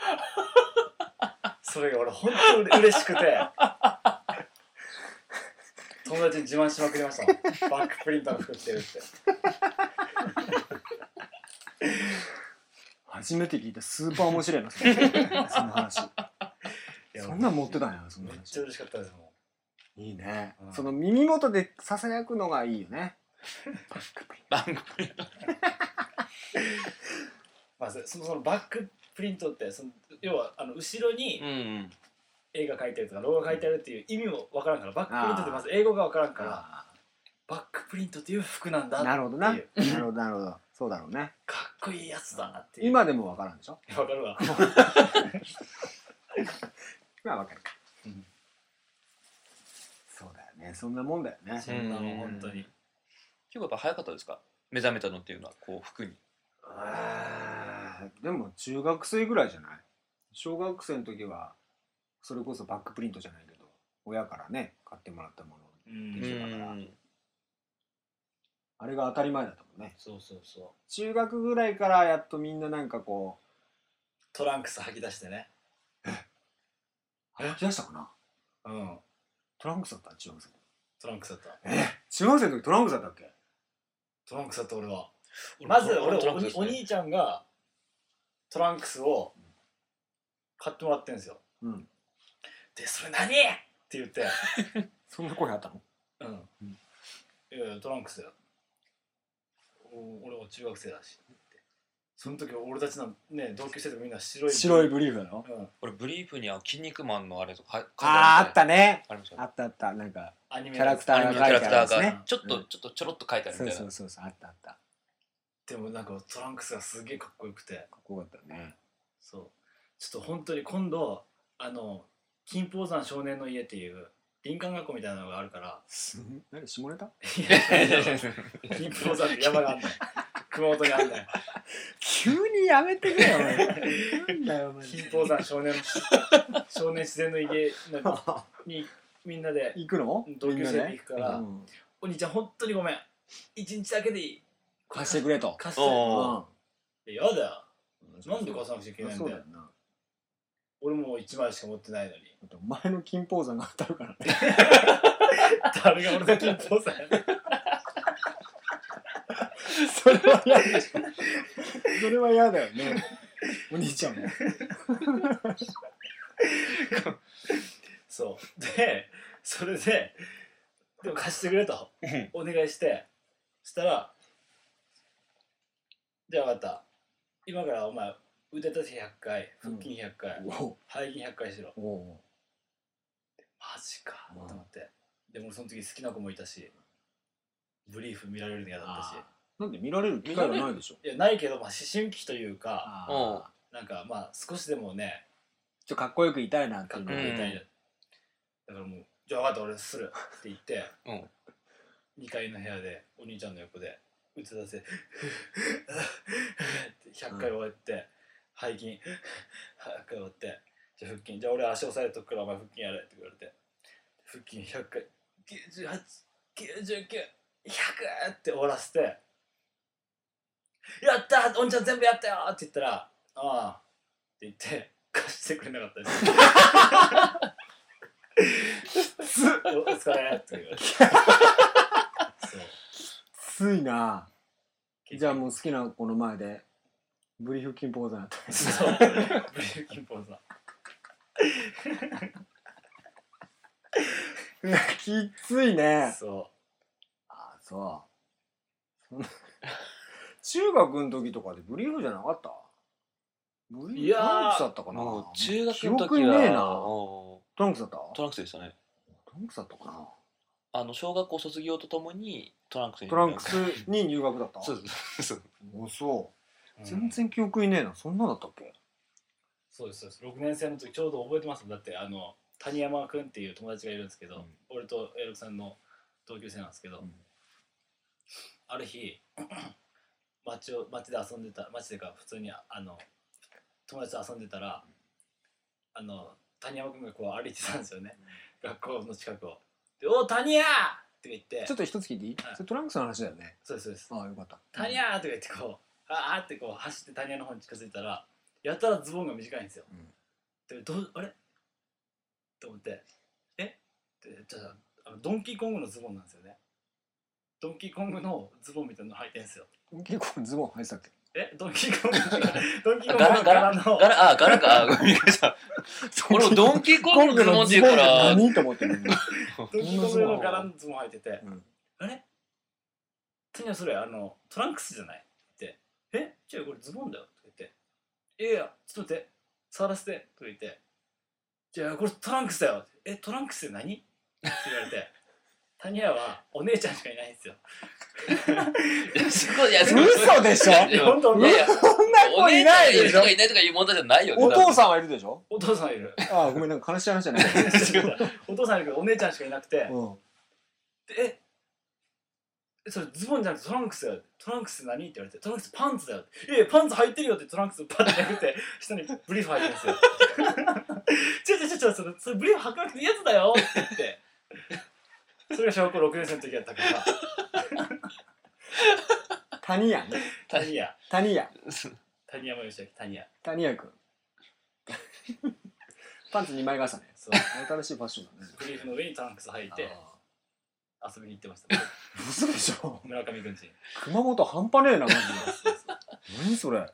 [SPEAKER 4] それが俺本当に嬉しくて友達に自慢しまくりましたバックプリントの服着てるって
[SPEAKER 2] 初めて聞いたスーパー面白いなその [laughs] その話
[SPEAKER 4] いや
[SPEAKER 2] そんなん持ってたんやそんな
[SPEAKER 4] めっ
[SPEAKER 2] 話
[SPEAKER 4] ちゃ嬉しかったですも
[SPEAKER 2] いいね、
[SPEAKER 4] うん
[SPEAKER 2] その耳元でささやくのがいいよね
[SPEAKER 1] バンク
[SPEAKER 4] ん、まあ、そそのバックプリントってその要はあの後ろに、
[SPEAKER 1] うん
[SPEAKER 4] 絵が描いてるとかロゴが描いてあるっていう意味もわからんからバックプリントってまず英語がわからんからバックプリントっていう服なんだ
[SPEAKER 2] なるほどな
[SPEAKER 4] っ
[SPEAKER 2] な
[SPEAKER 4] てい
[SPEAKER 2] る
[SPEAKER 4] う
[SPEAKER 2] ほどなるほどそうだろうね
[SPEAKER 4] かっこいいやつだなっていう
[SPEAKER 2] 今でもわからんでしょ
[SPEAKER 4] わかるわ
[SPEAKER 2] 今はわかるか、
[SPEAKER 4] うん
[SPEAKER 2] そうだよねそんなもんだよね
[SPEAKER 4] そんなの本当に
[SPEAKER 1] 結構やっぱ早かったですか目覚めたのっていうのはこう服に
[SPEAKER 2] あーでも中学生ぐらいじゃない小学生の時はそれこそバックプリントじゃないけど親からね買ってもらったもの
[SPEAKER 4] うん
[SPEAKER 1] う
[SPEAKER 2] う
[SPEAKER 1] ん
[SPEAKER 2] んあれが当たり前だったもんね
[SPEAKER 4] そうそうそう
[SPEAKER 2] 中学ぐらいからやっとみんななんかこ
[SPEAKER 4] トランクス履き出してね
[SPEAKER 2] う吐き出したかな
[SPEAKER 4] うん
[SPEAKER 2] トランクスだった中学生
[SPEAKER 4] トランクスだった
[SPEAKER 2] 中学生の時トランクスだったっけ
[SPEAKER 4] トランクスだった俺はまず俺
[SPEAKER 1] トラン
[SPEAKER 4] お
[SPEAKER 1] クスで
[SPEAKER 4] に
[SPEAKER 1] す
[SPEAKER 4] お
[SPEAKER 1] ね
[SPEAKER 4] 兄ちゃんがトランクスを買ってもらってんですよ
[SPEAKER 2] うん
[SPEAKER 4] でそれ何って言って
[SPEAKER 2] そんな声あったの
[SPEAKER 4] うん、いやいやトランクスだよお俺は中学生だしってその時俺たちのね同級生とかみんな白い
[SPEAKER 2] 白いブリーフだろ
[SPEAKER 4] うん、
[SPEAKER 1] 俺ブリーフには「筋肉マン」のあれとかは
[SPEAKER 2] あーあったね
[SPEAKER 1] ありました
[SPEAKER 2] あったあったなんか
[SPEAKER 4] アニメ
[SPEAKER 2] キャラクタ
[SPEAKER 1] ア
[SPEAKER 2] ー
[SPEAKER 1] ニ
[SPEAKER 2] が
[SPEAKER 1] メ
[SPEAKER 2] 書
[SPEAKER 1] の
[SPEAKER 2] い
[SPEAKER 1] キ
[SPEAKER 2] てあ
[SPEAKER 1] ャ
[SPEAKER 2] る
[SPEAKER 1] ラ
[SPEAKER 2] やつ
[SPEAKER 1] ク
[SPEAKER 2] ね
[SPEAKER 1] ターが
[SPEAKER 4] ね
[SPEAKER 1] ちょっとちょっとちょろっと書いてある
[SPEAKER 2] そ
[SPEAKER 1] み
[SPEAKER 2] う
[SPEAKER 1] たい
[SPEAKER 2] そ
[SPEAKER 1] な
[SPEAKER 2] うそうそうあったあった
[SPEAKER 4] でもなんかトランクスがすげえかっこよくて
[SPEAKER 2] かっこよかったね
[SPEAKER 4] そうちょっと本当に今度あの金峰山少年の家っていう林間学校みたい
[SPEAKER 2] [laughs]
[SPEAKER 4] なのがあるから
[SPEAKER 2] すん何下ネタ
[SPEAKER 4] いやいやいや金峰山って山があんの熊本にあん
[SPEAKER 2] [laughs]
[SPEAKER 4] だよ。
[SPEAKER 2] 急にやめてくれよお前なんだよお前
[SPEAKER 4] 金峰山少年、少年自然の家のにみんなで
[SPEAKER 2] [laughs] 行くの
[SPEAKER 4] 同級生で行くか
[SPEAKER 2] みんな
[SPEAKER 4] ら
[SPEAKER 2] ねう、ん
[SPEAKER 4] お兄ちゃん本当にごめん。一日だけでいい。
[SPEAKER 2] 貸してくれと
[SPEAKER 4] 貸して。
[SPEAKER 1] お
[SPEAKER 4] いややだよ。なんで貸さなくちゃいけないん
[SPEAKER 2] そう
[SPEAKER 4] だ
[SPEAKER 2] だ
[SPEAKER 4] よ
[SPEAKER 2] よ。な
[SPEAKER 4] 俺もう一枚しか持ってないのに。
[SPEAKER 2] だってお前の金峰山が当たるからね
[SPEAKER 4] 誰が俺の金峰山やねん
[SPEAKER 2] [laughs] それは嫌だよ [laughs] それは嫌だよねお兄ちゃんも
[SPEAKER 4] そう。で、それで、でも貸してくれと、
[SPEAKER 1] [laughs]
[SPEAKER 4] お願いして、したら、じゃあ分かった。今からお前、腕立て100回、腹筋100回、
[SPEAKER 2] お
[SPEAKER 4] 背筋100回しろ。
[SPEAKER 2] おお
[SPEAKER 4] マジか、
[SPEAKER 2] うん
[SPEAKER 4] と思って。でもその時好きな子もいたし、ブリーフ見られるの嫌だったし。
[SPEAKER 2] うなんで見られる機会がないでしょ
[SPEAKER 4] いや、ないけど、まあ、思春期というか、
[SPEAKER 2] あ
[SPEAKER 1] お
[SPEAKER 2] ー
[SPEAKER 1] う
[SPEAKER 4] なんかまあ、少しでもね、
[SPEAKER 2] ちょっとかっこよくいたいなってい
[SPEAKER 4] か
[SPEAKER 2] う
[SPEAKER 4] っ
[SPEAKER 2] の
[SPEAKER 4] こ
[SPEAKER 2] が
[SPEAKER 4] よくいたいなだからもう「じゃあ分かった俺する」って言って、
[SPEAKER 1] うん
[SPEAKER 4] 2階の部屋でお兄ちゃんの横でうつ出せって100回終わって、背筋100回終わってじゃあ腹筋じゃあ俺足押さえとくからお前腹筋やれって言われて腹筋100回989900って終わらせて「やったーお兄ちゃん全部やったよ!」って言ったら「ああ」って言って貸してくれなかったです [laughs] お疲れって言われて。そう。
[SPEAKER 2] ついなじゃあもう好きな子の前でブリーフ金ポーズになったりして
[SPEAKER 4] そう。ブレイキンポーズだ。
[SPEAKER 2] うわ [laughs] きついね
[SPEAKER 4] そ
[SPEAKER 2] あそうそんな中学の時とかでブリーフじゃなかったブリー
[SPEAKER 4] い
[SPEAKER 2] フ
[SPEAKER 4] や
[SPEAKER 2] ト
[SPEAKER 4] ー。
[SPEAKER 2] ランクスだったかな
[SPEAKER 1] もう中学
[SPEAKER 2] 記
[SPEAKER 1] の
[SPEAKER 2] 憶
[SPEAKER 1] 時
[SPEAKER 2] に
[SPEAKER 1] は
[SPEAKER 2] ねえな
[SPEAKER 1] お
[SPEAKER 2] トランクスだった
[SPEAKER 1] う
[SPEAKER 2] ト
[SPEAKER 1] トランクスでしたね
[SPEAKER 2] ランクスだったかな
[SPEAKER 1] あの小学校卒業とともにトランクスに
[SPEAKER 2] トランクスに入学だった
[SPEAKER 1] そうそうそう
[SPEAKER 2] おそうう全然記憶にねえなそんなだったっけ
[SPEAKER 4] そうですそうです。六年生の時ちょうど覚えてます。だってあの谷山くんっていう友達がいるんですけど、
[SPEAKER 1] うん
[SPEAKER 4] 俺とエロさんの同級生なんですけど、
[SPEAKER 2] うん
[SPEAKER 4] ある日 [clears throat] 街を街で遊んでた街でか普通にあの友達と遊んでたら、あの谷山くんがこう歩いてたんですよね。学校の近くを。でおう谷山って言って
[SPEAKER 2] ちょ、っと一つ聞いていい
[SPEAKER 4] はい
[SPEAKER 2] それトランクスの話だよね
[SPEAKER 4] そうですそうです。
[SPEAKER 2] ああよかった
[SPEAKER 4] タニャーとか言ってこう、あーってこう走ってタニャの方に近づいたら、やたらズボンが短いんですよ。で、どう、あれと思って、えって、じゃあ、あのドンキーコングのズボンなんですよね。ドンキーコングのズボンみたいなの履いてんすよ。
[SPEAKER 2] 結構ズボン入ってたっけ
[SPEAKER 4] えドンキーコングドンキー
[SPEAKER 1] あ
[SPEAKER 4] コング
[SPEAKER 1] 柄
[SPEAKER 4] の柄
[SPEAKER 1] 柄
[SPEAKER 4] の、
[SPEAKER 1] 柄あ柄かあごめんなさい俺もドンキーコングのズボンって言うから
[SPEAKER 2] 何と思って
[SPEAKER 1] [laughs]
[SPEAKER 2] る
[SPEAKER 4] ドンキーコングの柄のズボン履いてて、
[SPEAKER 2] うん
[SPEAKER 4] あれタニャそれ、あの、トランクスじゃないって、えじゃあこれズボンだよとか言って、いやいや、ちょっと待って、触らせてとか言って、じゃあこれトランクスだよえ、トランクスって何って言われて、 [laughs] タニャはお姉ちゃんしかいないんですよ。
[SPEAKER 1] いやそこいやそこ
[SPEAKER 2] 嘘でしょ
[SPEAKER 1] いや
[SPEAKER 4] 本当
[SPEAKER 1] いやいや
[SPEAKER 2] そんな子いないでしょ
[SPEAKER 1] お姉ちゃんいるとかいないとかいう問題じゃないよね
[SPEAKER 2] お父
[SPEAKER 1] ん
[SPEAKER 2] さんはいるでしょ
[SPEAKER 4] お父さんいる。
[SPEAKER 2] ああごめんなんか悲しい話じゃない
[SPEAKER 4] お父さんいるけどお姉ちゃんしかいなくて、
[SPEAKER 2] うん
[SPEAKER 4] でええそれズボンじゃなくてトランクスだよトランクスって何って言われてトランクスパンツだよってえパンツ履いてるよってトランクスパッてめくって下にブリーフ履いてるんですよちょちょちょちょそれそれブリーフ履かなくていいやつだよって言ってそれが小学校6年生の時やったから
[SPEAKER 2] 谷屋ね
[SPEAKER 4] 谷谷
[SPEAKER 2] 谷屋
[SPEAKER 4] 谷山義明谷谷
[SPEAKER 2] 谷屋くんパンツ2枚重ね
[SPEAKER 4] そう
[SPEAKER 2] 新しいファッションだね
[SPEAKER 4] ブリーフの上にトランクス履いて
[SPEAKER 2] あ
[SPEAKER 4] 遊びに行ってました
[SPEAKER 2] ー嘘でしょ
[SPEAKER 4] 村上軍人
[SPEAKER 2] 熊本半端ねえなマジで何それ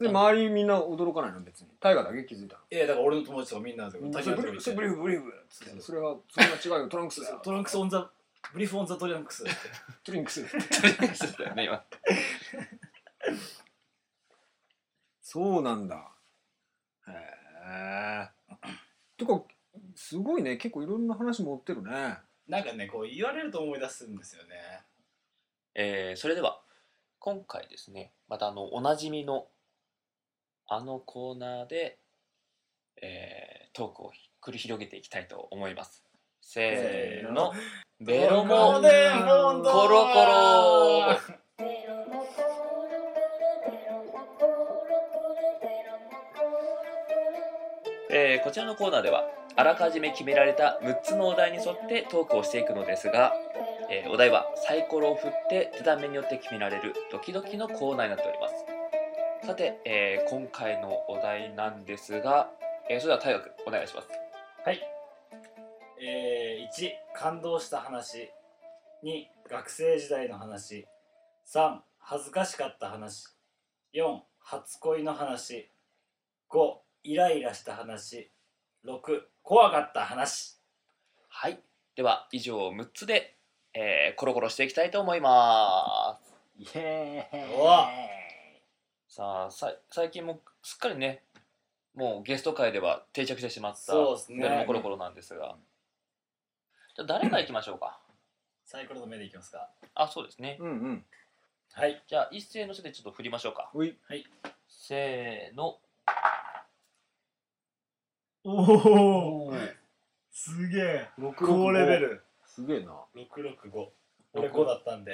[SPEAKER 2] で周りみんな驚かないの別に大河だけ気づいたの
[SPEAKER 4] えだから俺の友達とかみんなで
[SPEAKER 2] みんな
[SPEAKER 4] 谷
[SPEAKER 2] それ
[SPEAKER 4] 山
[SPEAKER 2] ブ
[SPEAKER 4] と
[SPEAKER 2] リ
[SPEAKER 4] か
[SPEAKER 2] ーフそ
[SPEAKER 4] 言って
[SPEAKER 2] れブリーフブリーフつってそれはそれが違うよトランクスだよ
[SPEAKER 4] トランクスオンザブリーフオンザトランクスって
[SPEAKER 2] トリンクス
[SPEAKER 1] そうだよね今
[SPEAKER 2] そうなんだへえてかすごいね結構いろんな話持ってるね
[SPEAKER 4] なんかねこう言われると思い出すんですよね
[SPEAKER 1] えーそれでは今回ですねまたあのおなじみのあのコーナーで、えートークを繰り広げていきたいと思いますせーのベロモ
[SPEAKER 4] ベロモン
[SPEAKER 1] コロコロ
[SPEAKER 5] ベロモコロ
[SPEAKER 1] えーこちらのコーナーではあらかじめ決められた6つのお題に沿ってトークをしていくのですが、えーお題はサイコロを振って手だめによって決められるドキドキのコーナーになっておりますさて、えー今回のお題なんですが、えーそれでは大学お願いします
[SPEAKER 4] はい。えー、1、感動した話。2、学生時代の話。3、恥ずかしかった話。4、初恋の話。5、イライラした話。6、怖かった話。
[SPEAKER 1] はいでは以上6つで、えーコロコロしていきたいと思います
[SPEAKER 2] イエーイ
[SPEAKER 4] うわ
[SPEAKER 1] さあさい最近もすっかりねもうゲスト界では定着してしまった
[SPEAKER 4] そうっすね
[SPEAKER 1] 誰もコロコロなんですが、じゃあ誰が行きましょうか
[SPEAKER 4] サイコロの目でいきますか。
[SPEAKER 1] あそうですね
[SPEAKER 2] うんうん
[SPEAKER 4] はい。
[SPEAKER 1] じゃあ一斉のせでちょっと振りましょうか
[SPEAKER 2] おい
[SPEAKER 1] せーの
[SPEAKER 4] おおすげえ高レベル。
[SPEAKER 2] すげえな
[SPEAKER 4] 665。俺5だったんで。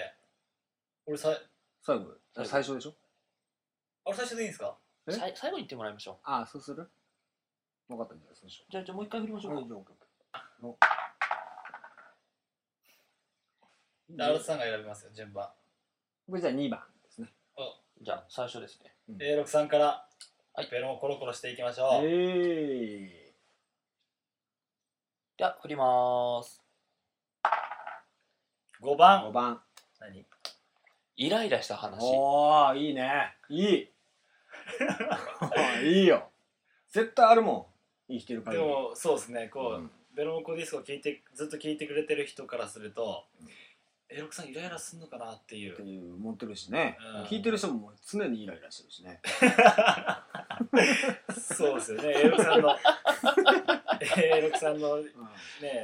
[SPEAKER 4] 俺さ、
[SPEAKER 2] 最後あ最初でしょ
[SPEAKER 4] あれ最初でいいんですか
[SPEAKER 2] え
[SPEAKER 1] さい最後に言ってもらいましょ
[SPEAKER 2] ああそうする分かったんじゃないそうしよ
[SPEAKER 1] うじゃあじゃあもう一回振りまし
[SPEAKER 2] う
[SPEAKER 1] ょうか、
[SPEAKER 2] はいじゃあオッケーオッケーお
[SPEAKER 4] アルトさんが選びますよ、順番。
[SPEAKER 2] これじゃあ2番ですね
[SPEAKER 1] じゃあ最初ですね
[SPEAKER 4] A6 さんから、
[SPEAKER 1] はい
[SPEAKER 4] ベロンをコロコロしていきましょう。
[SPEAKER 2] ええ
[SPEAKER 1] では振りまーす
[SPEAKER 4] 5
[SPEAKER 2] 5
[SPEAKER 4] 番。
[SPEAKER 2] 番
[SPEAKER 4] 何
[SPEAKER 1] イライラした話
[SPEAKER 2] おーいいねいい [laughs] いいよ絶対あるもん生きてる限
[SPEAKER 4] で
[SPEAKER 2] り
[SPEAKER 4] も、そうですね、こう、
[SPEAKER 2] うん
[SPEAKER 4] ベロンコディスコを聞いて、ずっと聞いてくれてる人からすると、A6 さんイライラすんのかなってい
[SPEAKER 2] って
[SPEAKER 4] う。
[SPEAKER 2] いう持ってるしね
[SPEAKER 4] うん
[SPEAKER 2] 聞いてる人も常にイライラしてるしね
[SPEAKER 4] そうですよね、A6 さんの、A6 さんのね、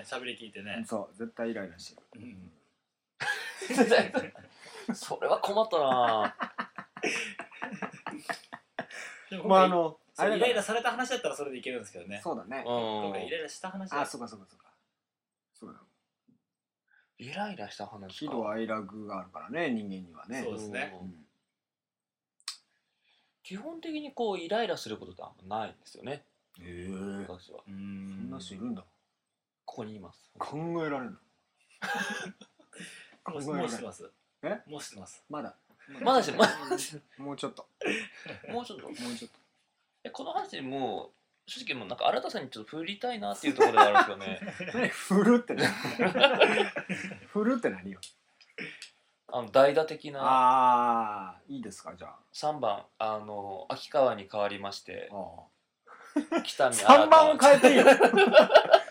[SPEAKER 4] 喋り聞いてね。
[SPEAKER 2] そう絶対イライラしてる
[SPEAKER 4] うん [laughs]
[SPEAKER 1] それは困ったなぁ
[SPEAKER 4] でも今
[SPEAKER 2] まああ
[SPEAKER 4] 回
[SPEAKER 2] の
[SPEAKER 4] そう
[SPEAKER 2] あれ
[SPEAKER 4] イ
[SPEAKER 2] だか
[SPEAKER 4] ライ
[SPEAKER 2] ら
[SPEAKER 4] ラされた話だったらそれでいけるんですけどね。
[SPEAKER 2] そうだね [laughs]
[SPEAKER 4] 今
[SPEAKER 1] うん
[SPEAKER 4] 回イライラした話だ
[SPEAKER 2] あそうかそうかそうかそうだよ
[SPEAKER 1] イライラした話か
[SPEAKER 2] 喜怒哀楽があるからね人間にはね
[SPEAKER 4] そうですね
[SPEAKER 1] うん
[SPEAKER 2] うん
[SPEAKER 1] 基本的にこうイライラすることってあんまないんですよね
[SPEAKER 2] へえ
[SPEAKER 1] 私は
[SPEAKER 4] う
[SPEAKER 2] そんな人いるんだ
[SPEAKER 1] ここにい
[SPEAKER 2] [laughs]
[SPEAKER 1] ます
[SPEAKER 2] 考えられない
[SPEAKER 4] もう
[SPEAKER 2] 考え
[SPEAKER 4] も
[SPEAKER 2] ら
[SPEAKER 4] う
[SPEAKER 2] れ
[SPEAKER 4] し
[SPEAKER 2] な
[SPEAKER 4] て
[SPEAKER 2] い
[SPEAKER 4] ます。
[SPEAKER 2] え
[SPEAKER 4] もうしてます。 [laughs]
[SPEAKER 2] まだ
[SPEAKER 1] まだしてまだ
[SPEAKER 2] もうちょっと
[SPEAKER 1] もうちょっと
[SPEAKER 2] もうちょっと
[SPEAKER 1] えこの話にもう正直もうなんか新田さんにちょっと振りたいなっていうところがあるんですよね
[SPEAKER 2] [laughs] 何振る [laughs] って何振るって何よ
[SPEAKER 1] あの代打的な
[SPEAKER 2] ああいいですかじゃあ
[SPEAKER 1] 3番あの秋川に変わりま
[SPEAKER 2] [laughs]
[SPEAKER 1] して
[SPEAKER 2] あ
[SPEAKER 1] 北見新
[SPEAKER 2] 3番を
[SPEAKER 1] 田
[SPEAKER 2] 変えていいよ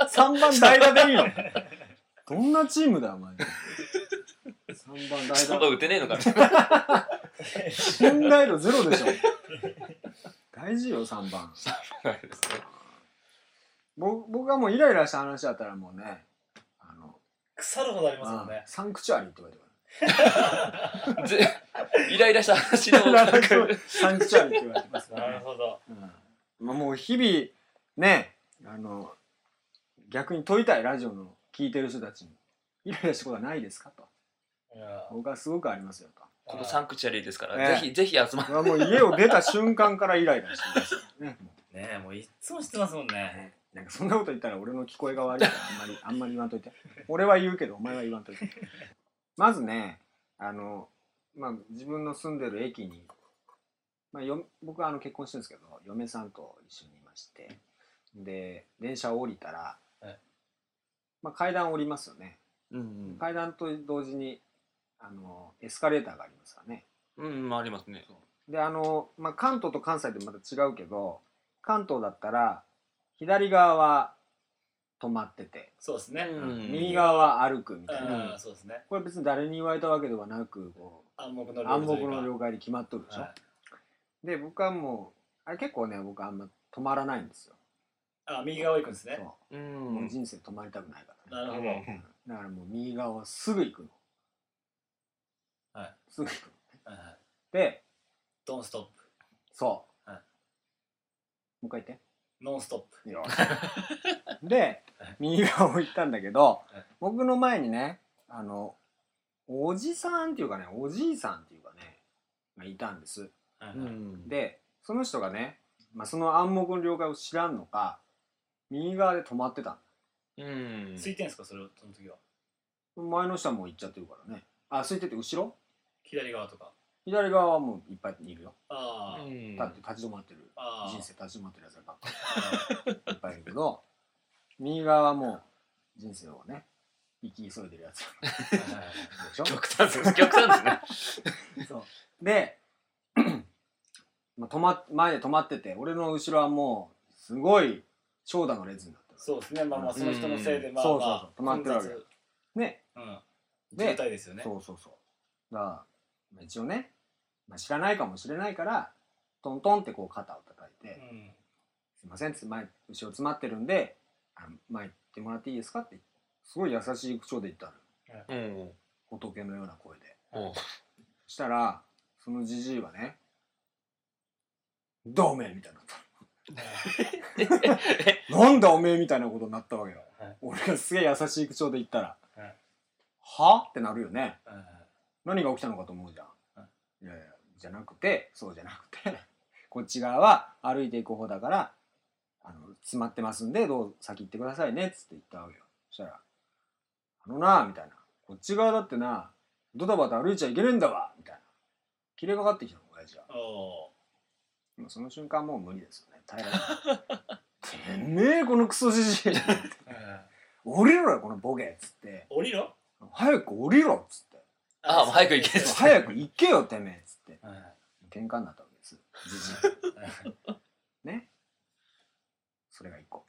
[SPEAKER 2] 3番代打でいいよどんなチームだよお前3番
[SPEAKER 1] ちょ
[SPEAKER 2] 代
[SPEAKER 1] っと
[SPEAKER 2] 打
[SPEAKER 1] 打てねえのかな
[SPEAKER 2] 信頼度ゼロでしょ大事よ3番僕僕がもうイライラした話だったらもうねあの
[SPEAKER 4] 腐るほどありますもん
[SPEAKER 2] あ
[SPEAKER 4] ね。
[SPEAKER 2] サンクチュアリーって言われて
[SPEAKER 1] [laughs]
[SPEAKER 2] る
[SPEAKER 1] ぜイライラした話の [laughs] な
[SPEAKER 2] な
[SPEAKER 1] ん
[SPEAKER 2] ん
[SPEAKER 1] か
[SPEAKER 2] [laughs] かサンクチュアリーって言われてますか
[SPEAKER 4] なる
[SPEAKER 2] ら、ね
[SPEAKER 4] ほど。
[SPEAKER 2] うんまあ、もう日々ねあの逆に問いたいラジオの聞いてる人たちにイライラしたことはないですかと
[SPEAKER 4] いや
[SPEAKER 2] 僕はすごくありますよと
[SPEAKER 1] このサンクチュアリーですから、
[SPEAKER 2] ね
[SPEAKER 1] ぜひぜひ集まっ
[SPEAKER 2] 僕はもう家を出た瞬間からイライラしてますよねも
[SPEAKER 4] ねえ、もういっつもしてますもん
[SPEAKER 2] う
[SPEAKER 4] ね。
[SPEAKER 2] ねなんかそんなこと言ったら俺の聞こえが悪いからあんまり [laughs] あんまり言わんといて俺は言うけどお前は言わんといてまずねあの、まあ、自分の住んでる駅に、まあ、よ僕はあの結婚してるんですけど嫁さんと一緒にいましてで電車を降りたら、
[SPEAKER 4] はい
[SPEAKER 2] まあ、階段を降りますよね
[SPEAKER 1] うん
[SPEAKER 2] 階段と同時にあのエスカレーターがありますからね
[SPEAKER 1] うん、うん、ありますね
[SPEAKER 2] であの、まあ、関東と関西でまた違うけど関東だったら左側は止まってて、
[SPEAKER 4] そうですね。
[SPEAKER 1] うん
[SPEAKER 2] 右側は歩くみたいな、
[SPEAKER 4] うん、そうですね。
[SPEAKER 2] これ別に誰に言われたわけではなくこ
[SPEAKER 4] 暗黙
[SPEAKER 2] う
[SPEAKER 4] の
[SPEAKER 2] 暗黙
[SPEAKER 4] と
[SPEAKER 2] の
[SPEAKER 4] いう
[SPEAKER 2] 了解で決まっとるでし
[SPEAKER 4] か
[SPEAKER 2] ょ、
[SPEAKER 4] はい
[SPEAKER 2] で僕はもうあれ結構ね僕あんま止まらないんですよ、
[SPEAKER 4] あ、右側行くんですね。
[SPEAKER 2] そううもうん人生止まりたくないから
[SPEAKER 4] な
[SPEAKER 2] ね、
[SPEAKER 1] う
[SPEAKER 4] るほど。
[SPEAKER 1] ん
[SPEAKER 2] だからもう右側はすぐ行くの
[SPEAKER 4] はい
[SPEAKER 2] すぐ行くの
[SPEAKER 4] はい
[SPEAKER 2] で
[SPEAKER 4] ドンストップ。
[SPEAKER 2] そう、
[SPEAKER 4] はい
[SPEAKER 2] もう一回言って
[SPEAKER 4] ノンストップ。
[SPEAKER 2] よしで右側を行ったんだけど
[SPEAKER 4] はい
[SPEAKER 2] 僕の前にねあのおじさんっていうかねおじいさんっていうかねがいたんです
[SPEAKER 4] はいは
[SPEAKER 1] う
[SPEAKER 4] い
[SPEAKER 1] ん
[SPEAKER 2] でその人がね、まあ、その暗黙の了解を知らんのか右側で止まってた
[SPEAKER 1] うん
[SPEAKER 4] ついてんすかそれをその時は
[SPEAKER 2] 前の人はもう行っちゃってるからねあ空いてて後ろ
[SPEAKER 4] 左側とか
[SPEAKER 2] 左側はもういっぱいいるよ
[SPEAKER 4] ああ、
[SPEAKER 1] うん
[SPEAKER 2] 立って立ち止まってる
[SPEAKER 4] ああ
[SPEAKER 2] 人生立ち止まってるやつらばっかりいっぱいいるけど右側はもう人生をね生き急いでるやつら
[SPEAKER 4] 生はいはいはい
[SPEAKER 2] でしょ
[SPEAKER 1] 極端です極端ですね
[SPEAKER 2] そうでまあ止ま前で止まってて俺の後ろはもうすごい長蛇の列になってる
[SPEAKER 4] そうですねまあまあその人のせいで
[SPEAKER 1] う
[SPEAKER 4] まあま
[SPEAKER 2] そうそう
[SPEAKER 4] あ
[SPEAKER 2] そう止まってるわけ
[SPEAKER 4] 混雑
[SPEAKER 2] ね
[SPEAKER 4] うん
[SPEAKER 2] ね
[SPEAKER 4] 状態ですよね
[SPEAKER 2] そうそうそうだからまあ一応ね、まあ、知らないかもしれないからトントンってこう肩を叩いて、
[SPEAKER 4] うん
[SPEAKER 2] すいません、つ前、後ろ詰まってるんで、あ前行ってもらっていいですかって、すごい優しい口調で言ったの。
[SPEAKER 1] うん
[SPEAKER 2] 仏のような声で。
[SPEAKER 1] おう
[SPEAKER 2] そしたら、そのじじいはね、どうおめえみたいになったの。なんだおめえみたいなことになったわけよ。
[SPEAKER 4] はい
[SPEAKER 2] 俺がすげえ優しい口調で言ったら、
[SPEAKER 4] はい
[SPEAKER 2] はってなるよね。
[SPEAKER 4] はいはい
[SPEAKER 2] 何が起きたのかと思うじゃん。、
[SPEAKER 4] はい
[SPEAKER 2] やいや、じゃなくて、そうじゃなくて、 [laughs] こっち側は歩いていく方だから、あの、詰まってますんで、どう先行ってくださいね、つって言ったわけよ。そしたら、あのなあ、みたいな。こっち側だってな、ドタバタ歩いちゃいけねえんだわ、みたいな。切れかかってきたの、親父は。
[SPEAKER 4] お
[SPEAKER 2] もうその瞬間もう無理ですよね。耐えら
[SPEAKER 4] [laughs]
[SPEAKER 2] れない。てめえ、このクソじじい。
[SPEAKER 4] ーうん
[SPEAKER 2] 降りろよ、このボケ、つって。
[SPEAKER 4] 降りろ
[SPEAKER 2] 早く降りろ、つって。
[SPEAKER 1] あもう早く行け
[SPEAKER 4] そう
[SPEAKER 2] 早く行けよ、てめえ、つって。
[SPEAKER 4] はいはい
[SPEAKER 2] 喧嘩になったわけです。じじい。ね。それが一個。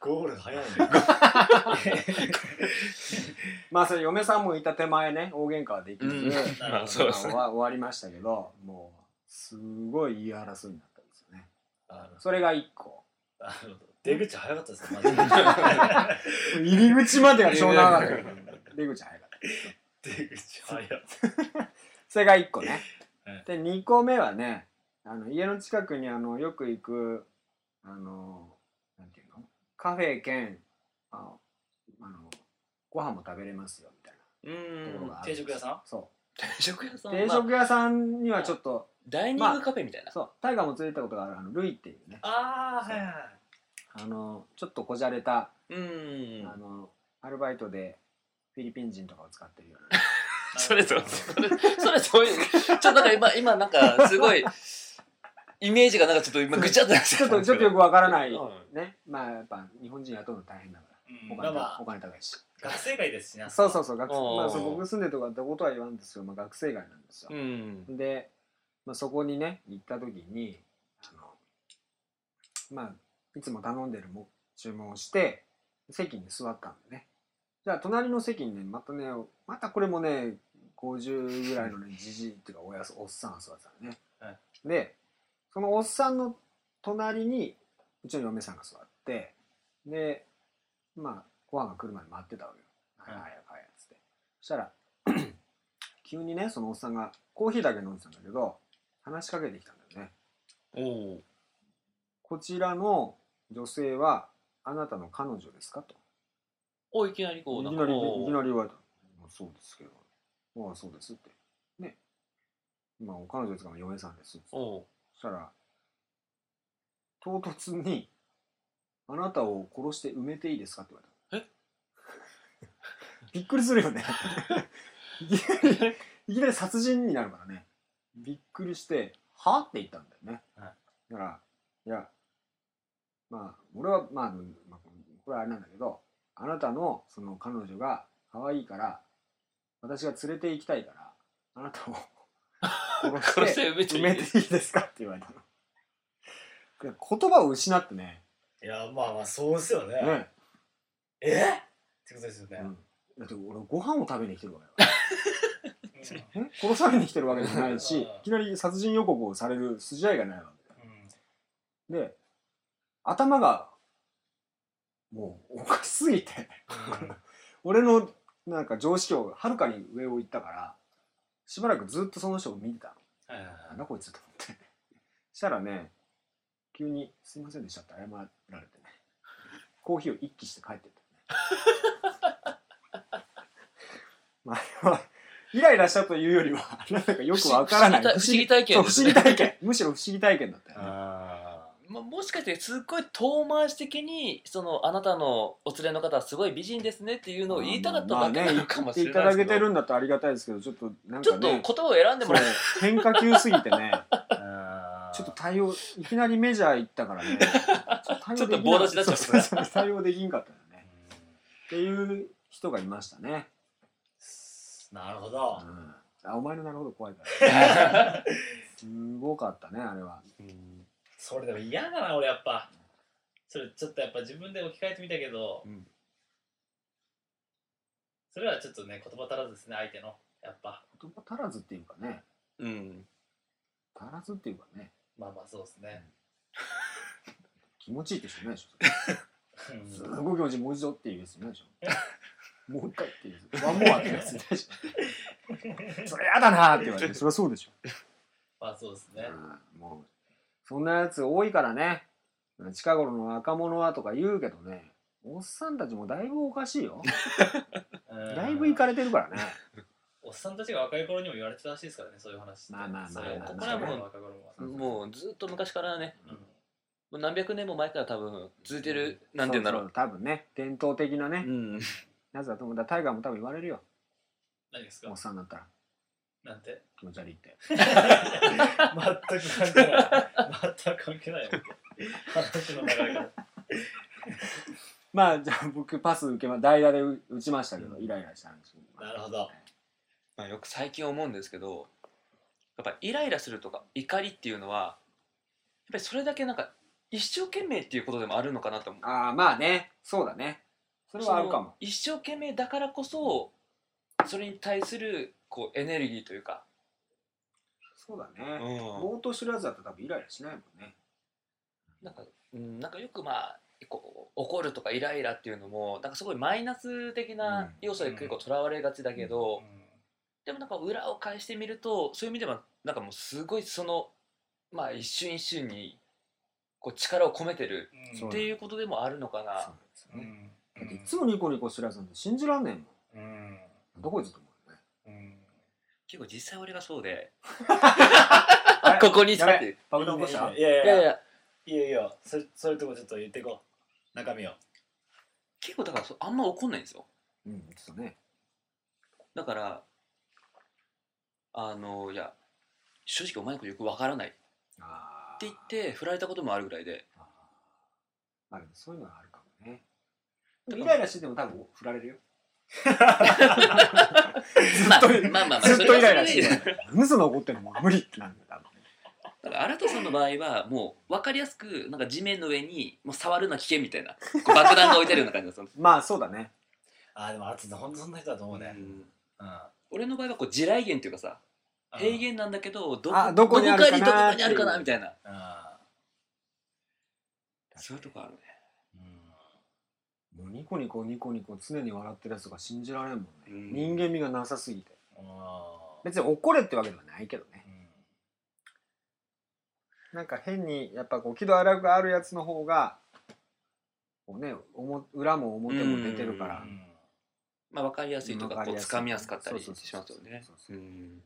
[SPEAKER 4] ゴール早いね
[SPEAKER 2] まあそれ嫁さんもいた手前ね、大喧嘩はできず、
[SPEAKER 1] うんまあそうですね
[SPEAKER 2] まあ終わ終わりましたけど、もう、すごい言い争いになったんですよね。
[SPEAKER 4] あの
[SPEAKER 2] それが一個。
[SPEAKER 4] なるほど出口早かったですねマ
[SPEAKER 2] 入り口までは湘
[SPEAKER 1] [laughs]
[SPEAKER 2] 南だったけど、出口早かった。
[SPEAKER 4] ジで出口早かっ
[SPEAKER 2] それが一個ね
[SPEAKER 4] え。
[SPEAKER 2] で、二個目はね、あの家の近くにあのよく行く、あの、なんていうのカフェ兼、ああの、ご飯も食べれますよ、みたいな。ところ
[SPEAKER 1] 定
[SPEAKER 2] があ
[SPEAKER 4] た
[SPEAKER 2] る
[SPEAKER 4] 定食屋さん
[SPEAKER 2] そ
[SPEAKER 1] 食屋さ
[SPEAKER 2] うん定
[SPEAKER 1] は
[SPEAKER 2] 食屋さんにはちょっと、
[SPEAKER 1] ダイニングカフェみたいな
[SPEAKER 2] そうタイガーも連れてったことがあるあのルイっていうね
[SPEAKER 4] ああはいはいはい
[SPEAKER 2] あのちょっとこじゃれた、
[SPEAKER 1] うん
[SPEAKER 2] あのアルバイトでフィリピン人とかを使ってるような
[SPEAKER 4] [laughs]
[SPEAKER 1] それそれそれそれそういうちょっとなんか今今なんかすごいイメージがなんかちょっと今ぐちゃっとなっち
[SPEAKER 2] ち
[SPEAKER 1] ゃ
[SPEAKER 2] ょ
[SPEAKER 1] っ
[SPEAKER 2] った
[SPEAKER 1] ん
[SPEAKER 2] と
[SPEAKER 1] です
[SPEAKER 2] ちょ
[SPEAKER 1] けど
[SPEAKER 2] っとよくわからない、
[SPEAKER 1] う
[SPEAKER 2] ねまあやっぱ日本人雇うの大変だから
[SPEAKER 4] うん
[SPEAKER 2] お
[SPEAKER 4] まあ
[SPEAKER 2] 金,、
[SPEAKER 4] ま
[SPEAKER 2] お金高いし
[SPEAKER 4] あ学生街ですしな
[SPEAKER 2] そうそうそう学
[SPEAKER 1] あー
[SPEAKER 2] まあ、そう僕住んでるとかってことは言わんですけど、まあ、学生街なんですよ、
[SPEAKER 1] うん
[SPEAKER 2] で、まあ、そこにね行った時にあのまあいつも頼んでるも注文をして席に座ったんでねじゃあ隣の席にねまたねまたこれもね50ぐらいのねじじいっていうかおやすおっさんが座ってたのね、
[SPEAKER 4] はい
[SPEAKER 2] でそのおっさんの隣にうちの嫁さんが座ってでまあご飯が来るまで待ってたわけよ「はい
[SPEAKER 4] い
[SPEAKER 2] はいはい」っつってそしたら急にねそのおっさんがコーヒーだけ飲んでたんだけど話しかけてきたんだよね
[SPEAKER 1] おお
[SPEAKER 2] こちらの女性はあなたの彼女ですかと。
[SPEAKER 1] おいきなりこう
[SPEAKER 2] い
[SPEAKER 1] なん
[SPEAKER 2] き
[SPEAKER 1] か
[SPEAKER 2] なり、
[SPEAKER 1] お
[SPEAKER 2] いき
[SPEAKER 1] ー
[SPEAKER 2] なり言われた。まあそうですけど。まあそうですって。ね。まあお彼女ですから嫁さんですって。そ
[SPEAKER 1] おう
[SPEAKER 2] したら、唐突に、あなたを殺して埋めていいですかって言われた。えびっくりする
[SPEAKER 1] [laughs]
[SPEAKER 2] よね。いきなり、いきなり殺人になるからね。びっくりして、はって言ったんだよね。
[SPEAKER 4] はい
[SPEAKER 2] だから、いや、まあ、俺は、まあ、まあ、これはあれなんだけど、あなたのその彼女が可愛いから、私が連れて行きたいから、あなた
[SPEAKER 4] [laughs]
[SPEAKER 2] を殺
[SPEAKER 1] 殺
[SPEAKER 2] し
[SPEAKER 1] してて埋めていい
[SPEAKER 2] 埋めていいですかって言われたの。で言葉を失ってね、
[SPEAKER 4] いやまあまあそうですよね
[SPEAKER 2] ね、
[SPEAKER 4] えってことですよね
[SPEAKER 2] うんだって俺ご飯を食べに来てるわけだか
[SPEAKER 4] うん
[SPEAKER 2] らえ殺されに来てるわけじゃないし、い
[SPEAKER 4] ああ
[SPEAKER 2] きなり殺人予告をされる筋合いがないわけだよ
[SPEAKER 4] うん
[SPEAKER 2] で頭がもうおかしすぎて [laughs] 俺のなんか常識をはるかに上を行ったからしばらくずっとその人を見てたの
[SPEAKER 4] はいはい
[SPEAKER 2] なん
[SPEAKER 4] は
[SPEAKER 2] だこいつと思って [laughs] したらね急に「すいませんでした」って謝られてねコーヒーを一気して帰ってったね [laughs] まああれはイライラしたというよりはなんだかよくわからない
[SPEAKER 1] 不思議不思議体験
[SPEAKER 2] そう不思議体験むしろ不思議体験だったよね
[SPEAKER 4] い
[SPEAKER 1] まあもしかしてすっごい遠回し的にそのあなたのお連れの方はすごい美人ですねっていうのを言いたかっただけなのかもしれ
[SPEAKER 2] 言っていた
[SPEAKER 1] ないです
[SPEAKER 2] だけ
[SPEAKER 1] け
[SPEAKER 2] て
[SPEAKER 1] ど
[SPEAKER 2] るんだとありがたいですけどちょっとなん
[SPEAKER 1] ちょ
[SPEAKER 2] か
[SPEAKER 1] っと言
[SPEAKER 2] ね
[SPEAKER 1] 葉を選んでもら
[SPEAKER 2] そう変化球すぎてねちょっと対応いきなりメジャー行ったからね
[SPEAKER 1] ちょっとボー出しになっちゃった
[SPEAKER 2] そうそうそう対応できんかったよねっていう人がいましたね、
[SPEAKER 4] なるほ
[SPEAKER 2] う
[SPEAKER 4] ど。
[SPEAKER 2] ん、あお前のなるほど怖いからすごかったねあれは
[SPEAKER 4] それでも嫌だな、俺やっぱ。それちょっとやっぱ自分で置き換えてみたけど、
[SPEAKER 2] うん
[SPEAKER 4] それはちょっとね、言葉足らずですね、相手の。やっぱ。
[SPEAKER 2] 言葉足らずっていうかね
[SPEAKER 1] うん
[SPEAKER 2] 足らずっていうかね
[SPEAKER 4] まあまあそうですね。
[SPEAKER 2] 気持ちいいって人いないでしょ
[SPEAKER 4] うん
[SPEAKER 2] すごい気持ちいいもう一度っていうやついないでしょもう一回っていうやつワンモアっていうやついないでしょそれやだなーって言われてそりゃそうでしょ
[SPEAKER 4] まあそうですね。
[SPEAKER 2] うんもうそんなやつ多いからね近頃の若者はとか言うけどねおっさんたちもだいぶおかしいよ
[SPEAKER 4] うん
[SPEAKER 2] だいぶいかれてるからね
[SPEAKER 4] おっさんたちが若い頃にも言われてたらしいですからね、そういう話って。
[SPEAKER 2] まあまあまあ
[SPEAKER 4] そう
[SPEAKER 2] まあ
[SPEAKER 4] ここらも若い頃も。
[SPEAKER 1] もうずっと昔からね
[SPEAKER 4] うん
[SPEAKER 1] もう何百年も前から多分続いてるなんて言うんだろ
[SPEAKER 2] そうそ多分ね伝統的なね、
[SPEAKER 1] うん
[SPEAKER 2] やつだと思うだからタイガーも多分言われるよ
[SPEAKER 4] 何です
[SPEAKER 2] お
[SPEAKER 4] か
[SPEAKER 2] っさんになったら
[SPEAKER 4] なんて
[SPEAKER 2] 気持ち悪いって
[SPEAKER 4] 全く関係ない。全く関係ないよ。話の流れが。
[SPEAKER 2] まあじゃあ僕パス受けま代打で打打ちましたけど、イライラしたんですけど
[SPEAKER 4] なるほど。
[SPEAKER 1] まあ、よく最近思うんですけどやっぱイライラするとか怒りっていうのはやっぱりそれだけなんか一生懸命っていうことでもあるのかなと思う
[SPEAKER 2] ああまあねそうだねそれはあるか
[SPEAKER 1] その
[SPEAKER 2] も
[SPEAKER 1] 一生懸命だからこそそれに対するこうエネルギーというか、
[SPEAKER 2] そうだ
[SPEAKER 1] う
[SPEAKER 2] ね、
[SPEAKER 1] ん、
[SPEAKER 2] ぼーっとしてるやつだったら多分イライラしないもんね
[SPEAKER 1] なんか、うん、なんかよくまあこう怒るとかイライラっていうのもなんかすごいマイナス的な要素で結構とらわれがちだけど、でもなんか裏を返してみるとそういう意味ではなんかもうすごいそのまあ一瞬一瞬にこう力を込めてる
[SPEAKER 4] うん
[SPEAKER 2] そう
[SPEAKER 1] っていうことでもあるのか
[SPEAKER 2] そう
[SPEAKER 1] な
[SPEAKER 2] なんです
[SPEAKER 4] う
[SPEAKER 2] よね、
[SPEAKER 4] ん
[SPEAKER 2] だっていつもニコニコしてるやつなんて信じらんねえもん
[SPEAKER 4] うん
[SPEAKER 2] どこ行つと思うよね
[SPEAKER 4] うん
[SPEAKER 1] 結構実際俺がそう
[SPEAKER 2] [laughs]
[SPEAKER 1] で
[SPEAKER 2] あ
[SPEAKER 1] ここに使
[SPEAKER 2] やべ
[SPEAKER 1] ってい
[SPEAKER 2] パクドン起こした
[SPEAKER 4] いやい
[SPEAKER 1] や
[SPEAKER 4] や
[SPEAKER 1] い
[SPEAKER 4] いや
[SPEAKER 1] や
[SPEAKER 4] いいよいいよそれそういうとこちょっと言っていこう中身を
[SPEAKER 1] 結構だからそうあんま怒んないんですよ
[SPEAKER 2] うんちょっとね
[SPEAKER 1] だからあのいや正直お前のことよくわからないって
[SPEAKER 2] あ
[SPEAKER 1] 言って振られたこともあるぐらいで
[SPEAKER 2] ああでもそういうのはあるかもね
[SPEAKER 1] だから
[SPEAKER 2] イライラしてても多分振られるよ
[SPEAKER 1] まあ
[SPEAKER 2] [laughs] ずっと
[SPEAKER 1] まあまあまあ
[SPEAKER 2] ずっとイライラ
[SPEAKER 1] そ
[SPEAKER 2] し
[SPEAKER 1] れ
[SPEAKER 2] て
[SPEAKER 1] はそれで
[SPEAKER 2] て何そんな怒ってんのもう無理ってなるんだよ
[SPEAKER 1] だから新田さんの場合はもう分かりやすくなんか地面の上にもう触るのは危険みたいなこう爆弾が置いてあるような感じ
[SPEAKER 2] [laughs]
[SPEAKER 1] なんですよ
[SPEAKER 2] まあそうだね
[SPEAKER 4] あーでもあつほんとそんな人だと思うね
[SPEAKER 1] うん
[SPEAKER 4] うん
[SPEAKER 1] 俺の場合はこう地雷原っていうかさ
[SPEAKER 4] うん
[SPEAKER 1] 平原なんだけどどこ
[SPEAKER 2] あどこにあるかな
[SPEAKER 1] どこかにどこにあるかなみたいな
[SPEAKER 4] あ
[SPEAKER 1] そういうとこあるね
[SPEAKER 4] ーうん
[SPEAKER 2] もうニコニコニコニコ常に笑ってるやつとか信じられんもんね、
[SPEAKER 1] うん
[SPEAKER 2] 人間味がなさすぎて
[SPEAKER 4] あー
[SPEAKER 2] 別に怒れってわけではないけどね
[SPEAKER 4] うん
[SPEAKER 2] なんか変にやっぱこう喜怒哀楽があるやつの方がこうねおも裏も表も出てるから
[SPEAKER 1] うんまあ、分かりやすいとかこう掴みやすかったりしますよね
[SPEAKER 2] そうそ
[SPEAKER 1] う
[SPEAKER 2] うそうそうん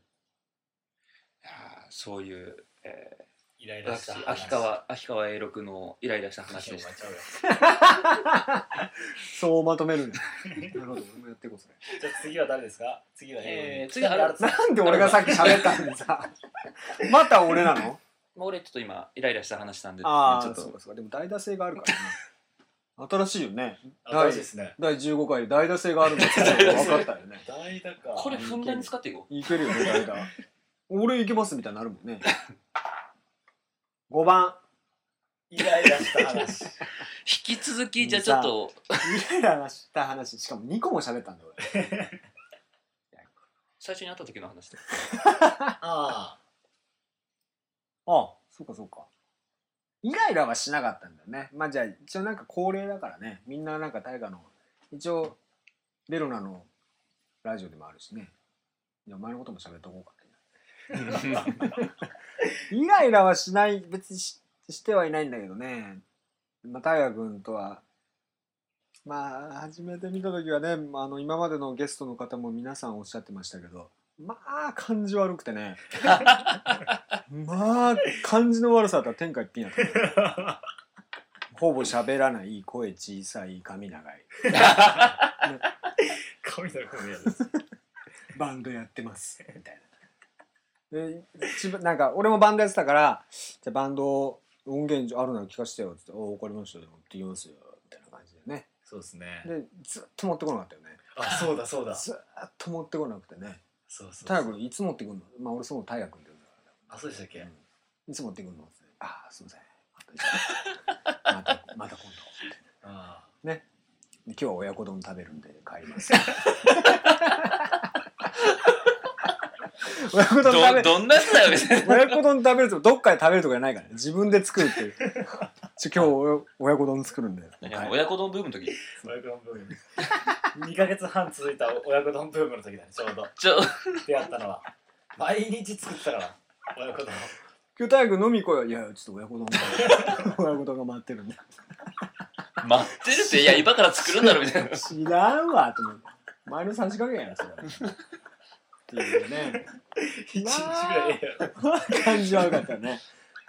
[SPEAKER 1] いやーそういう、え
[SPEAKER 4] イライ
[SPEAKER 1] ー、
[SPEAKER 4] ラした
[SPEAKER 1] 私
[SPEAKER 4] 話
[SPEAKER 1] 秋川秋川栄六のイライラした
[SPEAKER 4] 話
[SPEAKER 1] 話
[SPEAKER 4] を
[SPEAKER 1] で
[SPEAKER 4] 終
[SPEAKER 1] し
[SPEAKER 4] わ
[SPEAKER 1] た
[SPEAKER 4] っちゃうよ
[SPEAKER 2] そうまとめるんだなるほど俺もやってこうそれ
[SPEAKER 4] じゃあ次は誰ですか次は
[SPEAKER 1] え
[SPEAKER 4] え
[SPEAKER 1] ー次は新田さん
[SPEAKER 2] なんで俺がさっき喋ったのにさまた俺なの
[SPEAKER 1] まあ、俺ちょっと今イライラした話したんで、
[SPEAKER 2] ああ
[SPEAKER 1] ち
[SPEAKER 2] そ
[SPEAKER 1] ょ
[SPEAKER 2] う
[SPEAKER 1] っ
[SPEAKER 2] かそ
[SPEAKER 1] と
[SPEAKER 2] うかでも代打性があるからね新しいよね
[SPEAKER 4] 新しいですね
[SPEAKER 2] 第15回で代打性があるのって分かったよね
[SPEAKER 4] 代打か
[SPEAKER 1] これふんだんに使っていこ
[SPEAKER 2] [laughs] いけるよね代打俺いけますみたいになるもんね5番 [laughs]
[SPEAKER 4] イライラし
[SPEAKER 1] [laughs]
[SPEAKER 4] た話
[SPEAKER 1] う [laughs] 引き続きじゃあちょっと
[SPEAKER 2] イライラした話しかも2個も喋ったんだよ俺
[SPEAKER 1] 最初に会った時の話で
[SPEAKER 2] [laughs]
[SPEAKER 4] あ
[SPEAKER 2] ああそうかそうかイライラはしなかったんだよねまあじゃあ一応なんか恒例だからねみんななんか大河の一応ベロナのラジオでもあるしねいやお前のことも喋っとこうかねイライラはしない別にししてはいないんだけどねまあ大河君とはまあ初めて見た時はねあの今までのゲストの方も皆さんおっしゃってましたけどまあ感じ悪くてねまあ感じの悪さだったら天下一品やったねほぼ喋らない声小さい髪長い
[SPEAKER 4] 神の声
[SPEAKER 1] [laughs]
[SPEAKER 4] やる
[SPEAKER 2] バンドやってますみたいなで一番なんか俺もバンドやってたから「じゃあバンド音源あるなら聞かせてよ」って言って「お分かりましたよ」って言いますよみたいな感じでね
[SPEAKER 4] そうですね
[SPEAKER 2] でずっと持ってこなかったよね
[SPEAKER 4] あそうだそうだそ
[SPEAKER 2] ずっと持ってこなくてね
[SPEAKER 4] うそう
[SPEAKER 2] 太陽君いつ持ってくんのまあ俺その太陽君って言うんだからね
[SPEAKER 4] あそうでしたっけ
[SPEAKER 2] いつ持ってくるの?」って「ああすいませんまたまたまた今度」
[SPEAKER 4] ああ
[SPEAKER 2] ねで今日は親子丼食べるんで帰ります親子丼食べ
[SPEAKER 1] どどんなやつだよ別
[SPEAKER 2] [laughs]
[SPEAKER 1] に
[SPEAKER 2] 親子丼食べるとどっかで食べるとかじゃないからね自分で作るっていうちょ今日お親子丼作るんで、
[SPEAKER 1] 何
[SPEAKER 2] はい
[SPEAKER 1] 親子丼ブームの時
[SPEAKER 4] 親子丼ブーム2ヶ月半続いた親子丼ブームの時だねちょうど
[SPEAKER 1] ちょ
[SPEAKER 4] 出会ったのは毎日作ってたから親子丼
[SPEAKER 2] 今日太陽君飲み行こうよいやちょっと親子丼 [laughs] が親子丼 [laughs] が待ってるんで
[SPEAKER 1] 待ってるっていや今から作るんだろみたいな
[SPEAKER 2] 知らんわと思って周りのさじ加減やなそれっていうね [laughs]
[SPEAKER 4] 一日ぐらいやろ
[SPEAKER 2] 感じ悪かったよね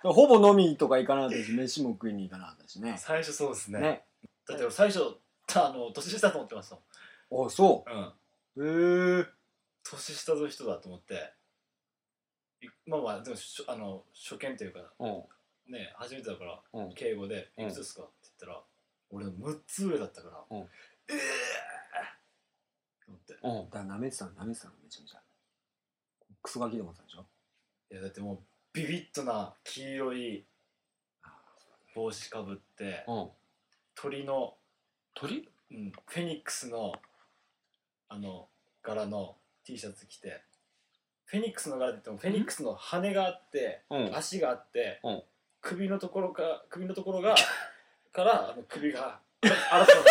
[SPEAKER 2] ほぼ飲みとか行かなかったし飯も食いに行かなかったしね
[SPEAKER 4] 最初そうですね
[SPEAKER 2] ね
[SPEAKER 4] だって俺最初あの年下と思ってましたも
[SPEAKER 2] あそ
[SPEAKER 4] んうん
[SPEAKER 2] うへえ
[SPEAKER 4] 年下の人だと思っていまあまあでもしょあの初見というか
[SPEAKER 1] [laughs] うん
[SPEAKER 4] ね初めてだから、
[SPEAKER 1] うん
[SPEAKER 4] 敬語で「
[SPEAKER 1] うん
[SPEAKER 4] いくつですか?」って言ったら俺の6つ上だったから「
[SPEAKER 1] うん
[SPEAKER 4] ええー!」って思っ
[SPEAKER 1] うん
[SPEAKER 2] だから舐めてたの舐めてたのめちゃめちゃクソガキでもあったでしょ
[SPEAKER 4] ていやだってもうビビッとな黄色い帽子かぶって
[SPEAKER 1] うん
[SPEAKER 4] 鳥の、
[SPEAKER 1] 鳥
[SPEAKER 4] うん、フェニックスのあの柄の T シャツ着てフェニックスの柄って言ってもフェニックスの羽があって
[SPEAKER 1] うん
[SPEAKER 4] 足があって、
[SPEAKER 1] うん
[SPEAKER 4] 首のところか首のとこ
[SPEAKER 1] [laughs]
[SPEAKER 4] ろがからあの首がアラツさん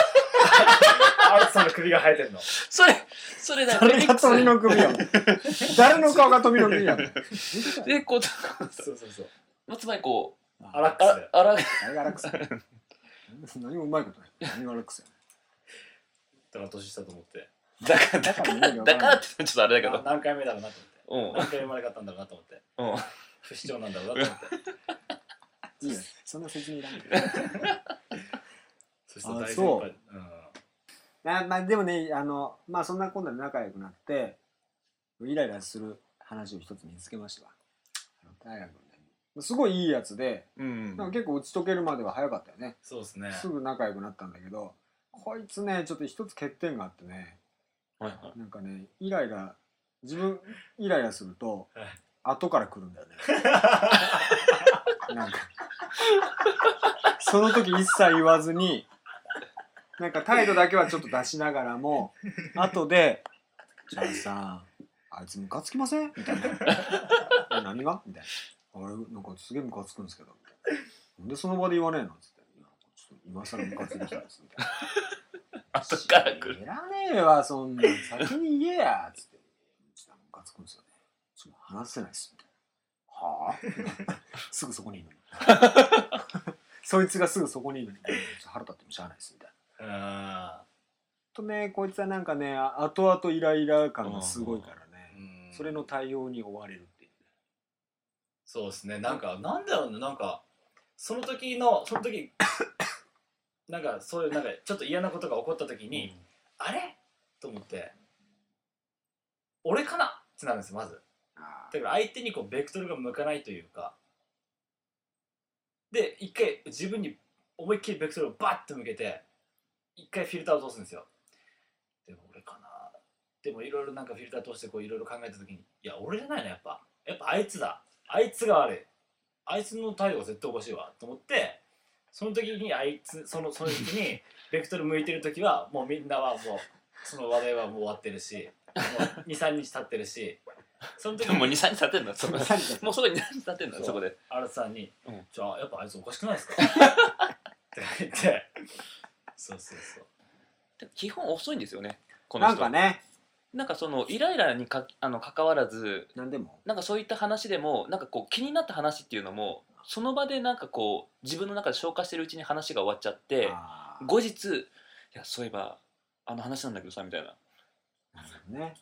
[SPEAKER 4] アラツさんの首が生えてるの
[SPEAKER 1] それそれだ
[SPEAKER 2] 誰が
[SPEAKER 1] フェニッ
[SPEAKER 2] 鳥
[SPEAKER 1] ク
[SPEAKER 2] の首やん
[SPEAKER 1] [laughs]
[SPEAKER 2] 誰の顔が鳥の首やん
[SPEAKER 1] スでこう
[SPEAKER 4] そうそうそう
[SPEAKER 1] まあつまりこう
[SPEAKER 4] アラックス
[SPEAKER 1] あ
[SPEAKER 4] だよ
[SPEAKER 1] あら
[SPEAKER 2] 誰がラックス何もうまいことない何がラックス
[SPEAKER 4] だから年下と思って
[SPEAKER 1] だからだからだからってちょっとあれだけ
[SPEAKER 4] あ
[SPEAKER 1] ど
[SPEAKER 4] 何回目だろうなと
[SPEAKER 1] うん
[SPEAKER 4] 思って何回生まれ変わったんだろうなと思って
[SPEAKER 1] うん
[SPEAKER 4] 不死鳥なんだろうなと思って
[SPEAKER 2] いいよそんな説明いらんけど
[SPEAKER 4] [laughs] そしたら
[SPEAKER 2] あ
[SPEAKER 4] 大先
[SPEAKER 2] そう
[SPEAKER 4] 輩うん
[SPEAKER 2] あまあでもねあのまあそんなこんなで仲良くなってイライラする話を一つ見つけましたわあの大学のねすごいいいやつで、
[SPEAKER 1] うん
[SPEAKER 2] なんか結構打ち解けるまでは早かったよね
[SPEAKER 4] そうですね
[SPEAKER 2] すぐ仲良くなったんだけどこいつねちょっと一つ欠点があってね
[SPEAKER 1] はいはい
[SPEAKER 2] なんかねイライラ自分イライラすると
[SPEAKER 4] はい
[SPEAKER 2] 後から来るんだよねなんかその時一切言わずになんか態度だけはちょっと出しながらも後で「じゃあさあいつムカつきません?」みたいな「え何が?」みたいな「あれなんかすげえムカつくんですけど」みたいな「なんでその場で言わねえの?」っつっていや「ちょっと今更ムカついてきたんです」みたいな。
[SPEAKER 1] 後から来る
[SPEAKER 2] いらねえわ、そんなん。先に言えや。つって。ちょっとムカつくんですよね。ちょっと話せないっす。みたいなはあ [laughs] すぐそこにいるのに。 [laughs] そいつがすぐそこにいるのに。ちょっと腹立ってもしゃあないっす。みたいな。
[SPEAKER 4] あ
[SPEAKER 2] とね、こいつはなんかね、あ後々イライラ感がすごいから
[SPEAKER 4] ー
[SPEAKER 2] ね。
[SPEAKER 4] うん
[SPEAKER 2] それの対応に追われるっていう。
[SPEAKER 4] そうですねなんかなんだろうねなんかその時のその時 [coughs] なんかそういうなんかちょっと嫌なことが起こった時に、あれと思って俺かなってなるんですよまず
[SPEAKER 2] あー
[SPEAKER 4] だから相手にこうベクトルが向かないというかで一回自分に思いっきりベクトルをバッと向けて一回フィルターを通すんですよでも俺かなでもいろいろなんかフィルター通してこういろいろ考えた時にいや俺じゃないなやっぱやっぱあいつだあいつが悪いあいつの態度が絶対おかしいわと思ってその時にあいつそのその時にベクトル向いてる時はもうみんなはもうその話題はもう終わってるし23日経ってるしその時
[SPEAKER 1] でも
[SPEAKER 4] に
[SPEAKER 1] う23日経ってんだそこ
[SPEAKER 2] 何だ
[SPEAKER 1] もうそこに何日経ってんだ
[SPEAKER 4] そう
[SPEAKER 1] そこで
[SPEAKER 4] 新さんに、
[SPEAKER 1] うん
[SPEAKER 4] じゃあやっぱあいつおかしくないですか?」って言ってそうそうそう
[SPEAKER 1] でも基本遅いんですよねこの
[SPEAKER 2] なん
[SPEAKER 1] 人
[SPEAKER 2] かね、
[SPEAKER 1] なんかそのイライラにかあの関わらず
[SPEAKER 2] なんでも。
[SPEAKER 1] なんかそういった話でもなんかこう気になった話っていうのもその場でなんかこう自分の中で消化してるうちに話が終わっちゃって
[SPEAKER 2] あー
[SPEAKER 1] 後日「いやそういえばあの話なんだけどさ」みたいな
[SPEAKER 2] ね。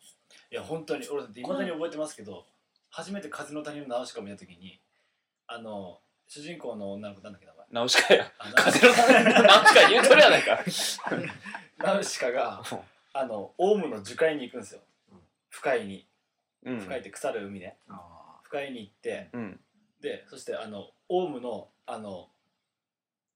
[SPEAKER 4] いや本当に俺だっていまだに覚えてますけど初めて「風の谷のナウシカ」を見た時にあの主人公の女の子なんだっけ名前
[SPEAKER 1] ナウシカや。
[SPEAKER 4] あ
[SPEAKER 1] 風の谷のナウシカ言うとるやないか。
[SPEAKER 4] ナウシカがあのオウムの樹海に行くんですよ深いに
[SPEAKER 1] うん。
[SPEAKER 4] 深いって腐る海ね
[SPEAKER 2] あ
[SPEAKER 4] 深いに行って
[SPEAKER 1] うん。
[SPEAKER 4] でそしてあのオウムのあの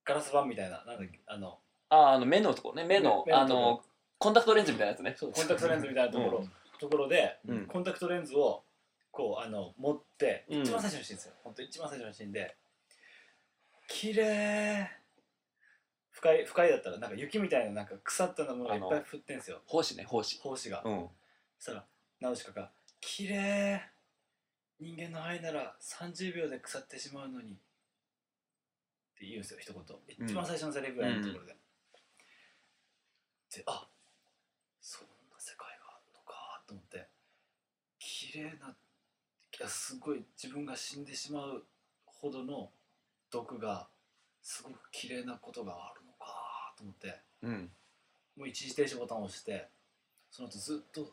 [SPEAKER 4] ガラス板みたいななんだっけあの
[SPEAKER 1] ああ、あの、目のとこね。目の、
[SPEAKER 4] 目目
[SPEAKER 1] あ
[SPEAKER 4] のとこ
[SPEAKER 1] の、コンタクトレンズみたいなやつね。
[SPEAKER 4] コンタクトレンズみたいなところ、ところで
[SPEAKER 1] うん。
[SPEAKER 4] コンタクトレンズをこうあの持って
[SPEAKER 1] うん
[SPEAKER 4] 一番最初のシーンですよ、本当一番最初のシーンで綺麗深い深いだったらなんか雪みたいななんか腐ったようなものがいっぱい降ってんすよ
[SPEAKER 1] 奉仕ね、奉仕。
[SPEAKER 4] 胞子が、
[SPEAKER 1] うん。
[SPEAKER 4] そしたらナウシカが「綺麗人間の肺なら30秒で腐ってしまうのに」って言うんですよ一
[SPEAKER 1] う
[SPEAKER 4] 言
[SPEAKER 1] ん
[SPEAKER 4] 一番最初のセリフがあるところで、であそんな世界があるのかと思って綺麗ないやすごい自分が死んでしまうほどの毒がすごく綺麗なことがあるのかと思って
[SPEAKER 1] うん。
[SPEAKER 4] もう一時停止ボタンを押してその後ずっと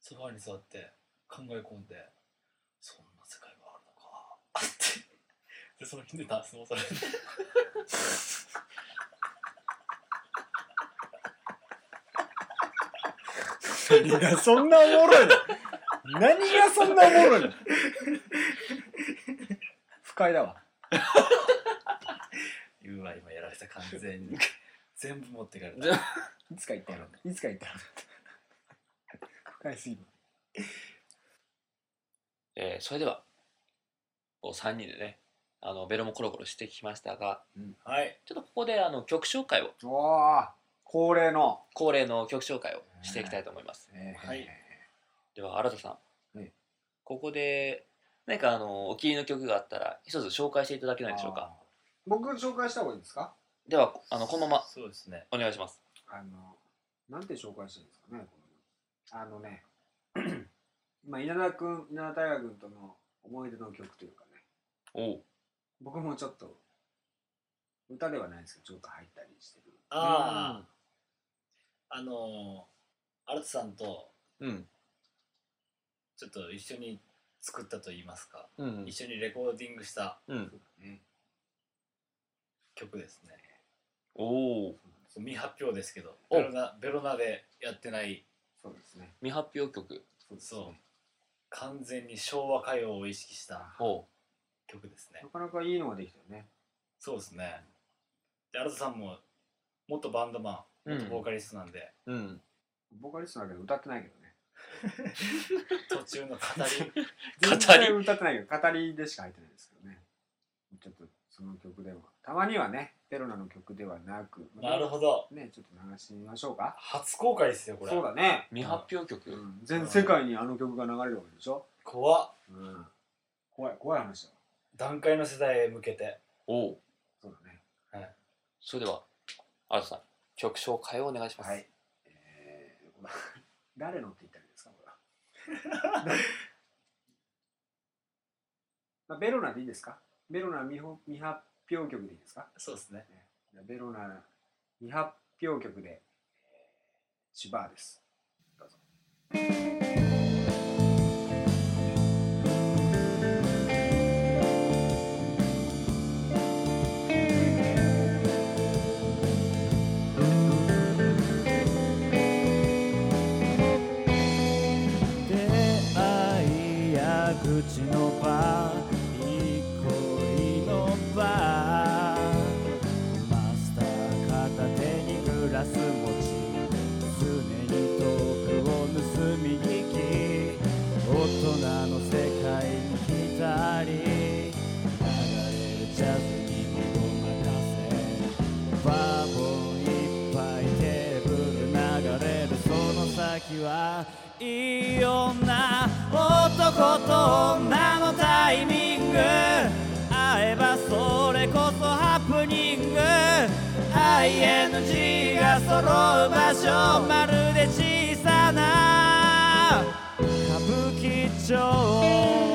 [SPEAKER 4] ソファーに座って考え込んでそんな世界があるのかって [laughs] でその日でダンスをされて
[SPEAKER 2] ー何がそんなおもろいの何がそんなおもろいの不快だわ
[SPEAKER 4] うわ今やられた完
[SPEAKER 1] [laughs]
[SPEAKER 4] 全に全部持ってかれ
[SPEAKER 1] 全
[SPEAKER 4] た
[SPEAKER 1] 部
[SPEAKER 2] いつか言ったやろいつか言ったやろ不快すぎる
[SPEAKER 1] えーそれでは、こう3人でね、あの、ベロもコロコロしてきましたが、
[SPEAKER 4] はい
[SPEAKER 1] ちょっとここで、あの、曲紹介を、
[SPEAKER 2] おー恒例の、
[SPEAKER 1] 恒例の曲紹介をしていきたいと思います。
[SPEAKER 2] えー
[SPEAKER 4] はい
[SPEAKER 1] では、新田さん、
[SPEAKER 2] はい
[SPEAKER 1] ここで、何か、あの、お気に入りの曲があったら、一つ紹介していただけないでしょうか。
[SPEAKER 2] あー僕紹介した方がいいですか
[SPEAKER 1] では、あの、このまま、
[SPEAKER 4] そうですね
[SPEAKER 1] お願いします。
[SPEAKER 2] あの、なんて紹介してるんですかね、このあのね、 [clears throat] まあ、稲田君、稲田大河君との思い出の曲というかね、
[SPEAKER 1] おう。
[SPEAKER 2] 僕もちょっと、歌ではないですけど、ちょっと入ったりしてる。
[SPEAKER 4] あああのー、アルツさんと
[SPEAKER 1] うん。
[SPEAKER 4] ちょっと一緒に作ったと言いますか、
[SPEAKER 1] うん。
[SPEAKER 4] 一緒にレコーディングした
[SPEAKER 1] うん。
[SPEAKER 2] ね、
[SPEAKER 4] 曲ですね
[SPEAKER 1] おお。
[SPEAKER 4] 未発表ですけど
[SPEAKER 1] お
[SPEAKER 4] ベロナベロナでやってない
[SPEAKER 2] そうですね。
[SPEAKER 1] 未発表曲。
[SPEAKER 2] そうです
[SPEAKER 4] そう
[SPEAKER 2] ね。
[SPEAKER 4] 完全に昭和歌謡を意識した
[SPEAKER 1] おう。
[SPEAKER 4] 曲ですね
[SPEAKER 2] なかなかいいのができたよね。
[SPEAKER 4] そうですねで新田さんも元バンドマン
[SPEAKER 1] うん
[SPEAKER 4] 元ボーカリストなんで、
[SPEAKER 1] うん。
[SPEAKER 2] ボーカリストだけど歌ってないけどね。
[SPEAKER 4] 途中の語
[SPEAKER 6] [laughs]
[SPEAKER 4] り
[SPEAKER 1] 語
[SPEAKER 2] 全
[SPEAKER 1] り
[SPEAKER 2] 然歌ってないけど、語りでしか入ってないですけどね。ちょっとその曲では、たまにはね、ペロナの曲ではなく、
[SPEAKER 4] なるほど
[SPEAKER 2] ね、ちょっと流してみましょうか。
[SPEAKER 4] 初公開ですよこれ
[SPEAKER 2] そうだね。
[SPEAKER 1] 未発表曲。
[SPEAKER 2] うん全世界にあの曲が流れるわけでしょ、
[SPEAKER 4] 怖っ
[SPEAKER 2] うん、怖い怖い話だわ
[SPEAKER 4] 段階の世代へ向けて
[SPEAKER 1] おう。
[SPEAKER 2] そうだね
[SPEAKER 1] それでは、あずさん、曲紹介をお願いします。
[SPEAKER 2] はい、えー、これ誰のって言ったらいいですかこれは [laughs] まあ、ベロナでいいですかベロナ未ほ未発表曲でいいですか
[SPEAKER 4] そうですね
[SPEAKER 2] じゃあベロナ未発表曲で「シュバー」です [laughs] どうぞ
[SPEAKER 6] 出会いや口の場憩いの場マスター片手にグラス持ち常に遠くを盗み聞き大人の世界に浸り流れるジャズに身を任せバーボンいっぱいテーブル流れるその先はいい女男と女のタイミング会えばそれこそハプニング ING が揃う場所まるで小さな歌舞伎町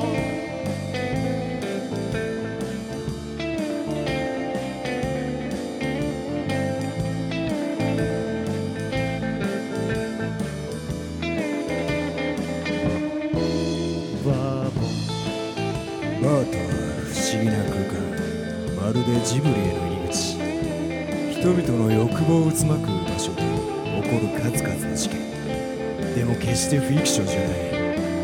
[SPEAKER 7] 人々の欲望を渦巻く場所で起こる数々の事件でも決してフィクションじゃない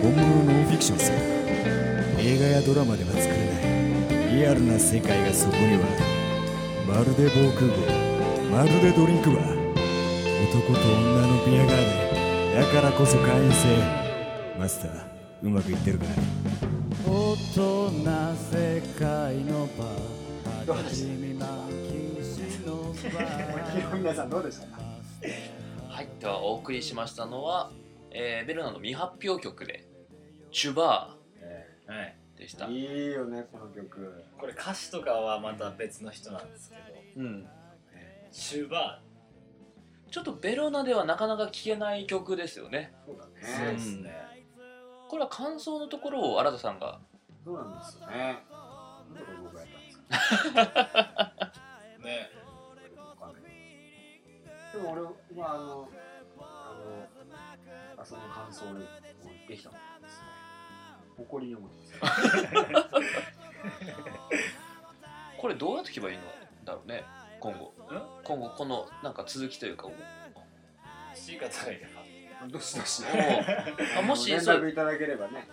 [SPEAKER 7] 本物のノンフィクションさ映画やドラマでは作れないリアルな世界がそこにはまるで防空壕まるでドリンクバー男と女のビアガーデンだからこそ会員制マスターうまくいってるか
[SPEAKER 6] 大人世界の場
[SPEAKER 2] どう
[SPEAKER 6] 肌
[SPEAKER 2] でし
[SPEAKER 6] 身満禁止の場
[SPEAKER 2] 皆さんどうでしたか
[SPEAKER 1] はい、ではお送りしましたのは、えーベルナの未発表曲で「チュバ
[SPEAKER 4] はい、
[SPEAKER 1] ー」でした
[SPEAKER 2] いいよねこの曲
[SPEAKER 4] これ歌詞とかはまた別の人なんですけど
[SPEAKER 1] うん
[SPEAKER 4] 「シュバ
[SPEAKER 1] ちょっとベロナではなかなか聴けない曲ですよね
[SPEAKER 2] そうだ
[SPEAKER 4] ー」そう
[SPEAKER 2] ね
[SPEAKER 4] ですね、
[SPEAKER 1] これは感想のところを新田さんが
[SPEAKER 2] そうなんですよねなんでこれ僕がやったんですか
[SPEAKER 4] ね
[SPEAKER 2] わかんないでも俺はあのあのあその感想をできたもんですね誇りに思って [laughs] ます
[SPEAKER 1] これどうやって聴けばいいのだろうね今後今後このなんか続きと [laughs] いうかもう
[SPEAKER 4] 欲しい方がいれば
[SPEAKER 2] どしどし
[SPEAKER 1] あもし
[SPEAKER 2] 連
[SPEAKER 1] そう
[SPEAKER 2] 絡いただければね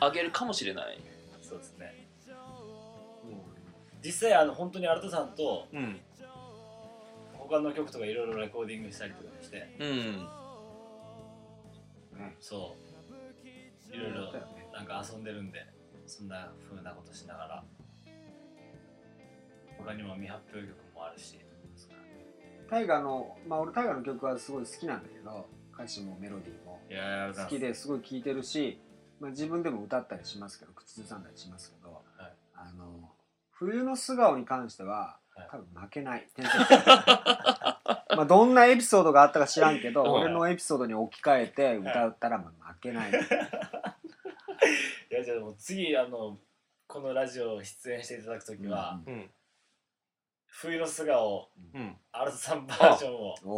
[SPEAKER 1] あげるかもしれない、
[SPEAKER 4] そうですね
[SPEAKER 2] も
[SPEAKER 4] 実際あの本当に新田さんと
[SPEAKER 1] うん
[SPEAKER 4] 他の曲とかいろいろレコーディングしたりとかして
[SPEAKER 1] うん、
[SPEAKER 4] そういろいろ
[SPEAKER 2] だよね
[SPEAKER 4] なんか遊んでるんでそんな風なことしながら他にも未発表曲もあるし
[SPEAKER 2] タイガーのまあ俺タイガーの曲はすごい好きなんだけど歌詞もメロディーも
[SPEAKER 4] いやー
[SPEAKER 2] 好きですごい聴いてるし、まあ、自分でも歌ったりしますけど口ずさんだりしますけど、
[SPEAKER 4] はい
[SPEAKER 2] あの冬の素顔に関しては
[SPEAKER 4] はい
[SPEAKER 2] 多分負けない天才
[SPEAKER 4] [laughs]
[SPEAKER 2] まあどんなエピソードがあったか知らんけど
[SPEAKER 1] はい
[SPEAKER 2] 俺のエピソードに置き換えて歌ったらもう負け
[SPEAKER 4] [laughs]
[SPEAKER 2] ない、
[SPEAKER 4] いやじゃあもう次あのこのラジオ出演していただくときは、
[SPEAKER 2] うん
[SPEAKER 1] うん
[SPEAKER 4] 冬の素顔
[SPEAKER 1] うん、
[SPEAKER 4] アルトさんバージョンを、
[SPEAKER 2] お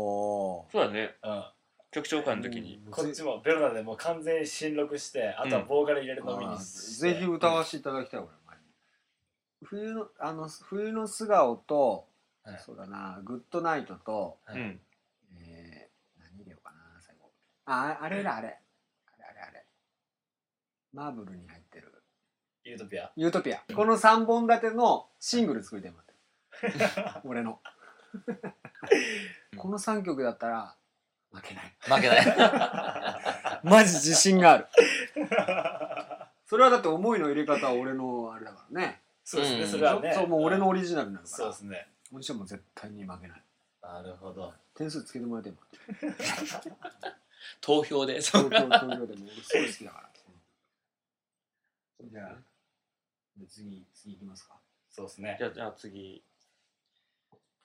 [SPEAKER 2] お
[SPEAKER 1] そうだね
[SPEAKER 4] う
[SPEAKER 1] 曲紹介の時に、
[SPEAKER 4] ん、こっちもベロナでもう完全に新録してあとはボーカル入れるのみにして、
[SPEAKER 2] ぜひ歌わせていただきたい俺前に冬のあの冬の素顔と、
[SPEAKER 4] はい
[SPEAKER 2] そうだなグッドナイトと、
[SPEAKER 4] う
[SPEAKER 1] うんん、
[SPEAKER 2] えー、何入れようかな最後ああれだあれあれあれあれマーブルに入ってる
[SPEAKER 4] ユートピア
[SPEAKER 2] ユートピアこの3本立てのシングル作りたいもん [laughs] 俺のこの3曲だったら負けない
[SPEAKER 1] 負けない [laughs]
[SPEAKER 2] マジ自信がある [laughs] それはだって思いの入れ方は俺のあれだからね
[SPEAKER 4] そうですね、
[SPEAKER 1] うん
[SPEAKER 4] それはね
[SPEAKER 2] そうもう俺のオリジナルなのか
[SPEAKER 4] そう
[SPEAKER 2] ら
[SPEAKER 4] ですね
[SPEAKER 2] もちろんもう絶対に負けない
[SPEAKER 4] なるほど
[SPEAKER 2] 点数つけてもらっても
[SPEAKER 1] 投票でそう
[SPEAKER 2] 東京東京でも俺すごい好きだからじゃあ次次行きますか
[SPEAKER 4] そうですね
[SPEAKER 1] じゃあじゃあ次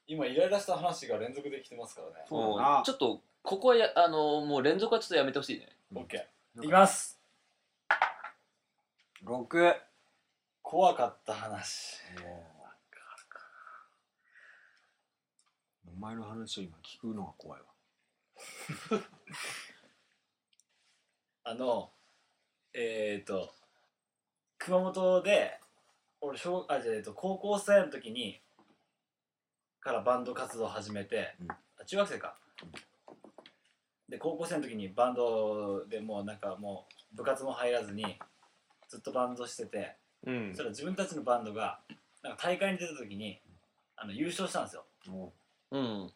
[SPEAKER 4] 今イライラした話が連続できてますからね
[SPEAKER 2] そうだ
[SPEAKER 1] も
[SPEAKER 2] な
[SPEAKER 1] うちょっとここはやあのもう連続はちょっとやめてほしいね
[SPEAKER 4] OK
[SPEAKER 2] ないん
[SPEAKER 4] き
[SPEAKER 2] か
[SPEAKER 4] ます
[SPEAKER 2] 6
[SPEAKER 4] 怖かった話
[SPEAKER 2] お前の話を今聞くのが怖いわ
[SPEAKER 4] あのえっ、ー、と熊本で俺小あじゃあえっと高校生の時にからバンド活動を始めて、
[SPEAKER 2] うん
[SPEAKER 4] あ中学生か、で高校生の時にバンドでもうなんかもう部活も入らずにずっとバンドしてて、
[SPEAKER 1] うん
[SPEAKER 4] そしたら自分たちのバンドがなんか大会に出た時にあの優勝したんですよ
[SPEAKER 2] も
[SPEAKER 1] うん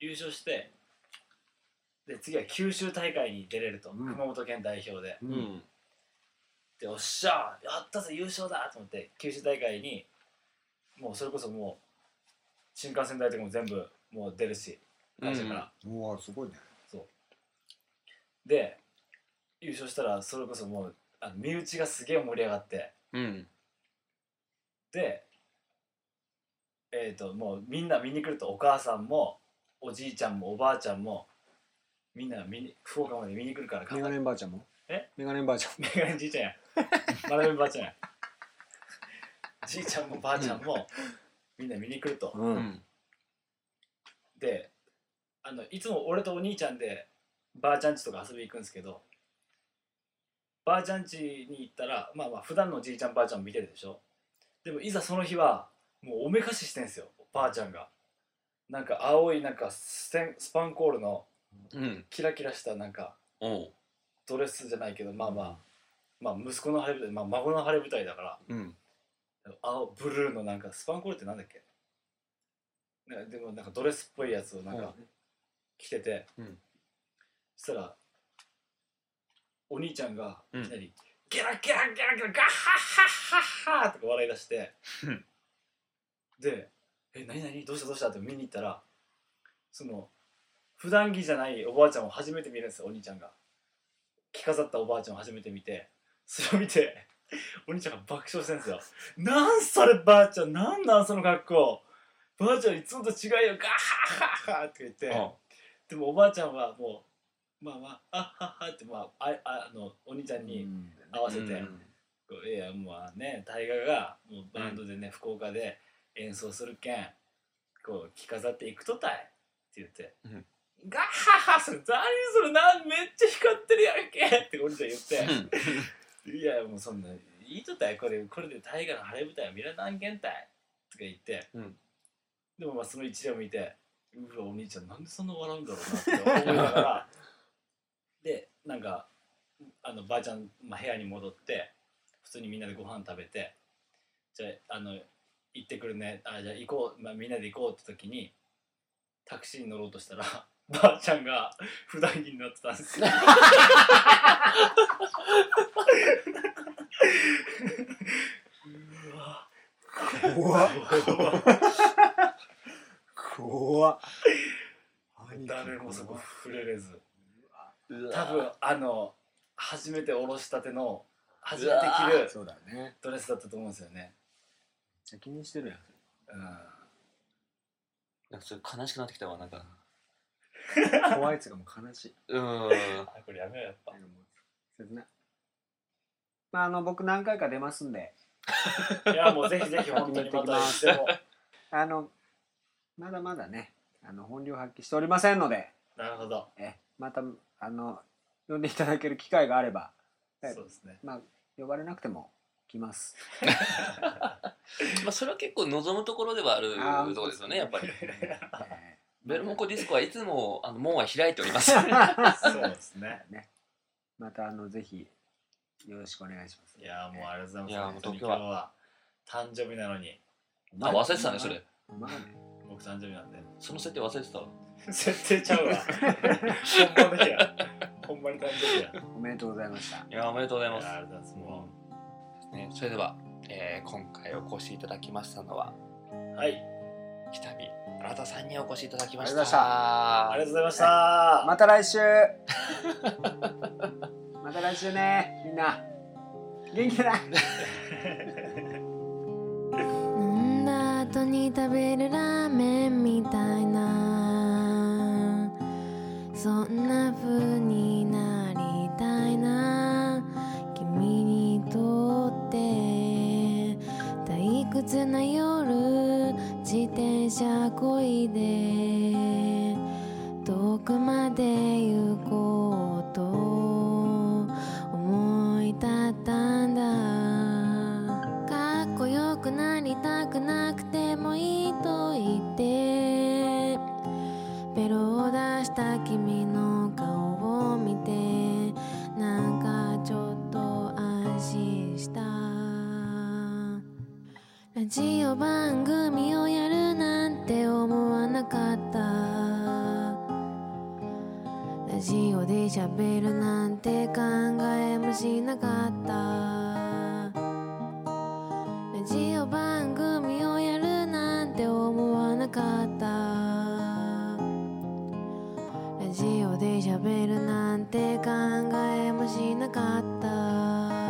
[SPEAKER 4] 優勝してで次は九州大会に出れると、
[SPEAKER 2] うん
[SPEAKER 4] 熊本県代表で
[SPEAKER 1] う
[SPEAKER 2] う、
[SPEAKER 1] ん
[SPEAKER 4] でおっしゃやったぜ優勝だと思って九州大会にもうそれこそもう新幹線代とかも全部もう出るし会社から、
[SPEAKER 2] うわすごいね
[SPEAKER 4] で優勝したらそれこそもうあの身内がすげえ盛り上がって
[SPEAKER 1] うん
[SPEAKER 4] でえっ、ともうみんな見に来るとお母さんもおじいちゃんもおばあちゃんもみんな見に福岡まで見に来るから
[SPEAKER 2] メガネばあちゃんも
[SPEAKER 4] え
[SPEAKER 2] メガネばあちゃんも
[SPEAKER 4] [laughs] メガネじいちゃんや。マダムばあちゃんや。じいちゃんもばあちゃんもみんな見に来ると。
[SPEAKER 2] う
[SPEAKER 1] うんん
[SPEAKER 4] で、あのいつも俺とお兄ちゃんでばあちゃん家とか遊びに行くんですけど、ばあちゃん家に行ったら、まあまあ普段のじいちゃんばあちゃんも見てるでしょ。でもいざその日はもうおめかししてんすよ、ばあちゃんが。なんか青いなんかステンスパンコールの
[SPEAKER 1] うん。
[SPEAKER 4] キラキラしたなんか
[SPEAKER 1] おう。
[SPEAKER 4] ドレスじゃないけどまあまあまあ息子の晴れ舞台、まあ、孫の晴れ舞台だから
[SPEAKER 1] うん。
[SPEAKER 4] 青ブルーのなんかスパンコールってなんだっけなでもなんかドレスっぽいやつをなんか着てて、
[SPEAKER 1] うん
[SPEAKER 4] そしたらお兄ちゃんが
[SPEAKER 1] うん
[SPEAKER 4] いきなり「ゲラゲラゲラゲラガッハッハッハッハ」とか笑い出して
[SPEAKER 1] うん
[SPEAKER 4] で「え何何どうしたどうした?」って見に行ったらその普段着じゃないおばあちゃんを初めて見るんですよお兄ちゃんが着飾ったおばあちゃんを初めて見てそれを見てお兄ちゃんが爆笑してるんですよなんそればあちゃんなんなんその格好ばあちゃんいつもと違うよガッハッハッハッって言って、でもおばあちゃんはもうまあまああっはっはってまああああのお兄ちゃんに合わせて、
[SPEAKER 1] うん
[SPEAKER 4] こういやまあね大河がもうバンドでね、福岡で演奏するけんこう着飾っていくとたいって言って、
[SPEAKER 1] うん
[SPEAKER 4] ガッハッハそれ何それなんめっちゃ光ってるやんけってお兄ちゃん言って。いやもうそんな「いいとったいこれこれで大河の晴れ舞台は見られなんけんたい」とか言って、
[SPEAKER 1] うん
[SPEAKER 4] でもまあその一例を見て「うわお兄ちゃんなんでそんな笑うんだろうな」って思いな
[SPEAKER 1] [laughs]
[SPEAKER 4] がらでなんかあのばあちゃん、まあ、部屋に戻って普通にみんなでご飯食べて「じゃああの行ってくるねあじゃあ行こう、まあ、みんなで行こう」って時にタクシーに乗ろうとしたらばあちゃんが普段着になってたんで
[SPEAKER 1] [laughs]
[SPEAKER 4] すよ。うわ
[SPEAKER 5] 怖っ怖っ
[SPEAKER 4] 誰もそこ触れれず
[SPEAKER 1] うわ
[SPEAKER 4] 多分あの初めておろしたての初めて着る
[SPEAKER 5] そうだね
[SPEAKER 4] ドレスだったと思うんですよね
[SPEAKER 5] 気にしてるやん
[SPEAKER 4] う
[SPEAKER 1] なんかそれ悲しくなってきたわ、なんか。
[SPEAKER 5] 怖いっつうかもう悲しい
[SPEAKER 1] うん。 [laughs]
[SPEAKER 4] んこれやめようやっぱ
[SPEAKER 5] なんかもう切ないまああの僕何回か出ますんで
[SPEAKER 4] いやもうぜひぜひ本当にまたいつでも
[SPEAKER 5] あのまだまだねあの本領発揮しておりませんので
[SPEAKER 4] [laughs] なるほど
[SPEAKER 5] えまたあの呼んでいただける機会があればはい
[SPEAKER 4] そうですね
[SPEAKER 5] まあ呼ばれなくても来ます
[SPEAKER 1] まあ、それは結構望むところではある
[SPEAKER 5] あー
[SPEAKER 1] そうですよね、やっぱり。
[SPEAKER 5] え
[SPEAKER 1] ベルモコディスコはいつもあの門は開いており
[SPEAKER 2] [laughs]
[SPEAKER 1] ます。[laughs]
[SPEAKER 4] [laughs] そうですね
[SPEAKER 5] またあのぜひよろしくお願いします
[SPEAKER 4] いやもうありがとうございます
[SPEAKER 1] いやもう
[SPEAKER 4] 本当に
[SPEAKER 1] 東京
[SPEAKER 4] 今日
[SPEAKER 1] は
[SPEAKER 4] は誕生日なのに
[SPEAKER 1] あ、忘れてたね、それ。
[SPEAKER 5] お前ね
[SPEAKER 4] 僕誕生日 [laughs] なんで
[SPEAKER 1] その設定忘れてたわ。
[SPEAKER 4] 設定ちゃうわほんまだや [laughs] ほんまに誕生日や
[SPEAKER 5] おめでとうございました
[SPEAKER 1] いや、おめでとうございま
[SPEAKER 4] い
[SPEAKER 1] す
[SPEAKER 4] や。ありがとうございますも
[SPEAKER 1] ね、それでは、えー今回お越しいただきましたのは
[SPEAKER 4] うはい
[SPEAKER 1] 北見新さんにお越しいただきまし
[SPEAKER 5] ありがとうござい
[SPEAKER 1] た。
[SPEAKER 4] ありがとうございました
[SPEAKER 5] また
[SPEAKER 1] [laughs]
[SPEAKER 5] 来週また来週ねみんな元気でな
[SPEAKER 6] 飲んだ後に食べるラーメンみたいなそんな風になりたいな君にとって退屈な夜自転車こいで遠くまで行こうと思い立ったんだかっこよくなりたくなくてもいいと言ってベロを出した君の顔を見てなんかちょっと安心したラジオ番組をやるなんて思わなかったラジオで喋るなんて考えもしなかったラジオ番組をやるなんて思わなかったラジオで喋るなんて考えもしなかった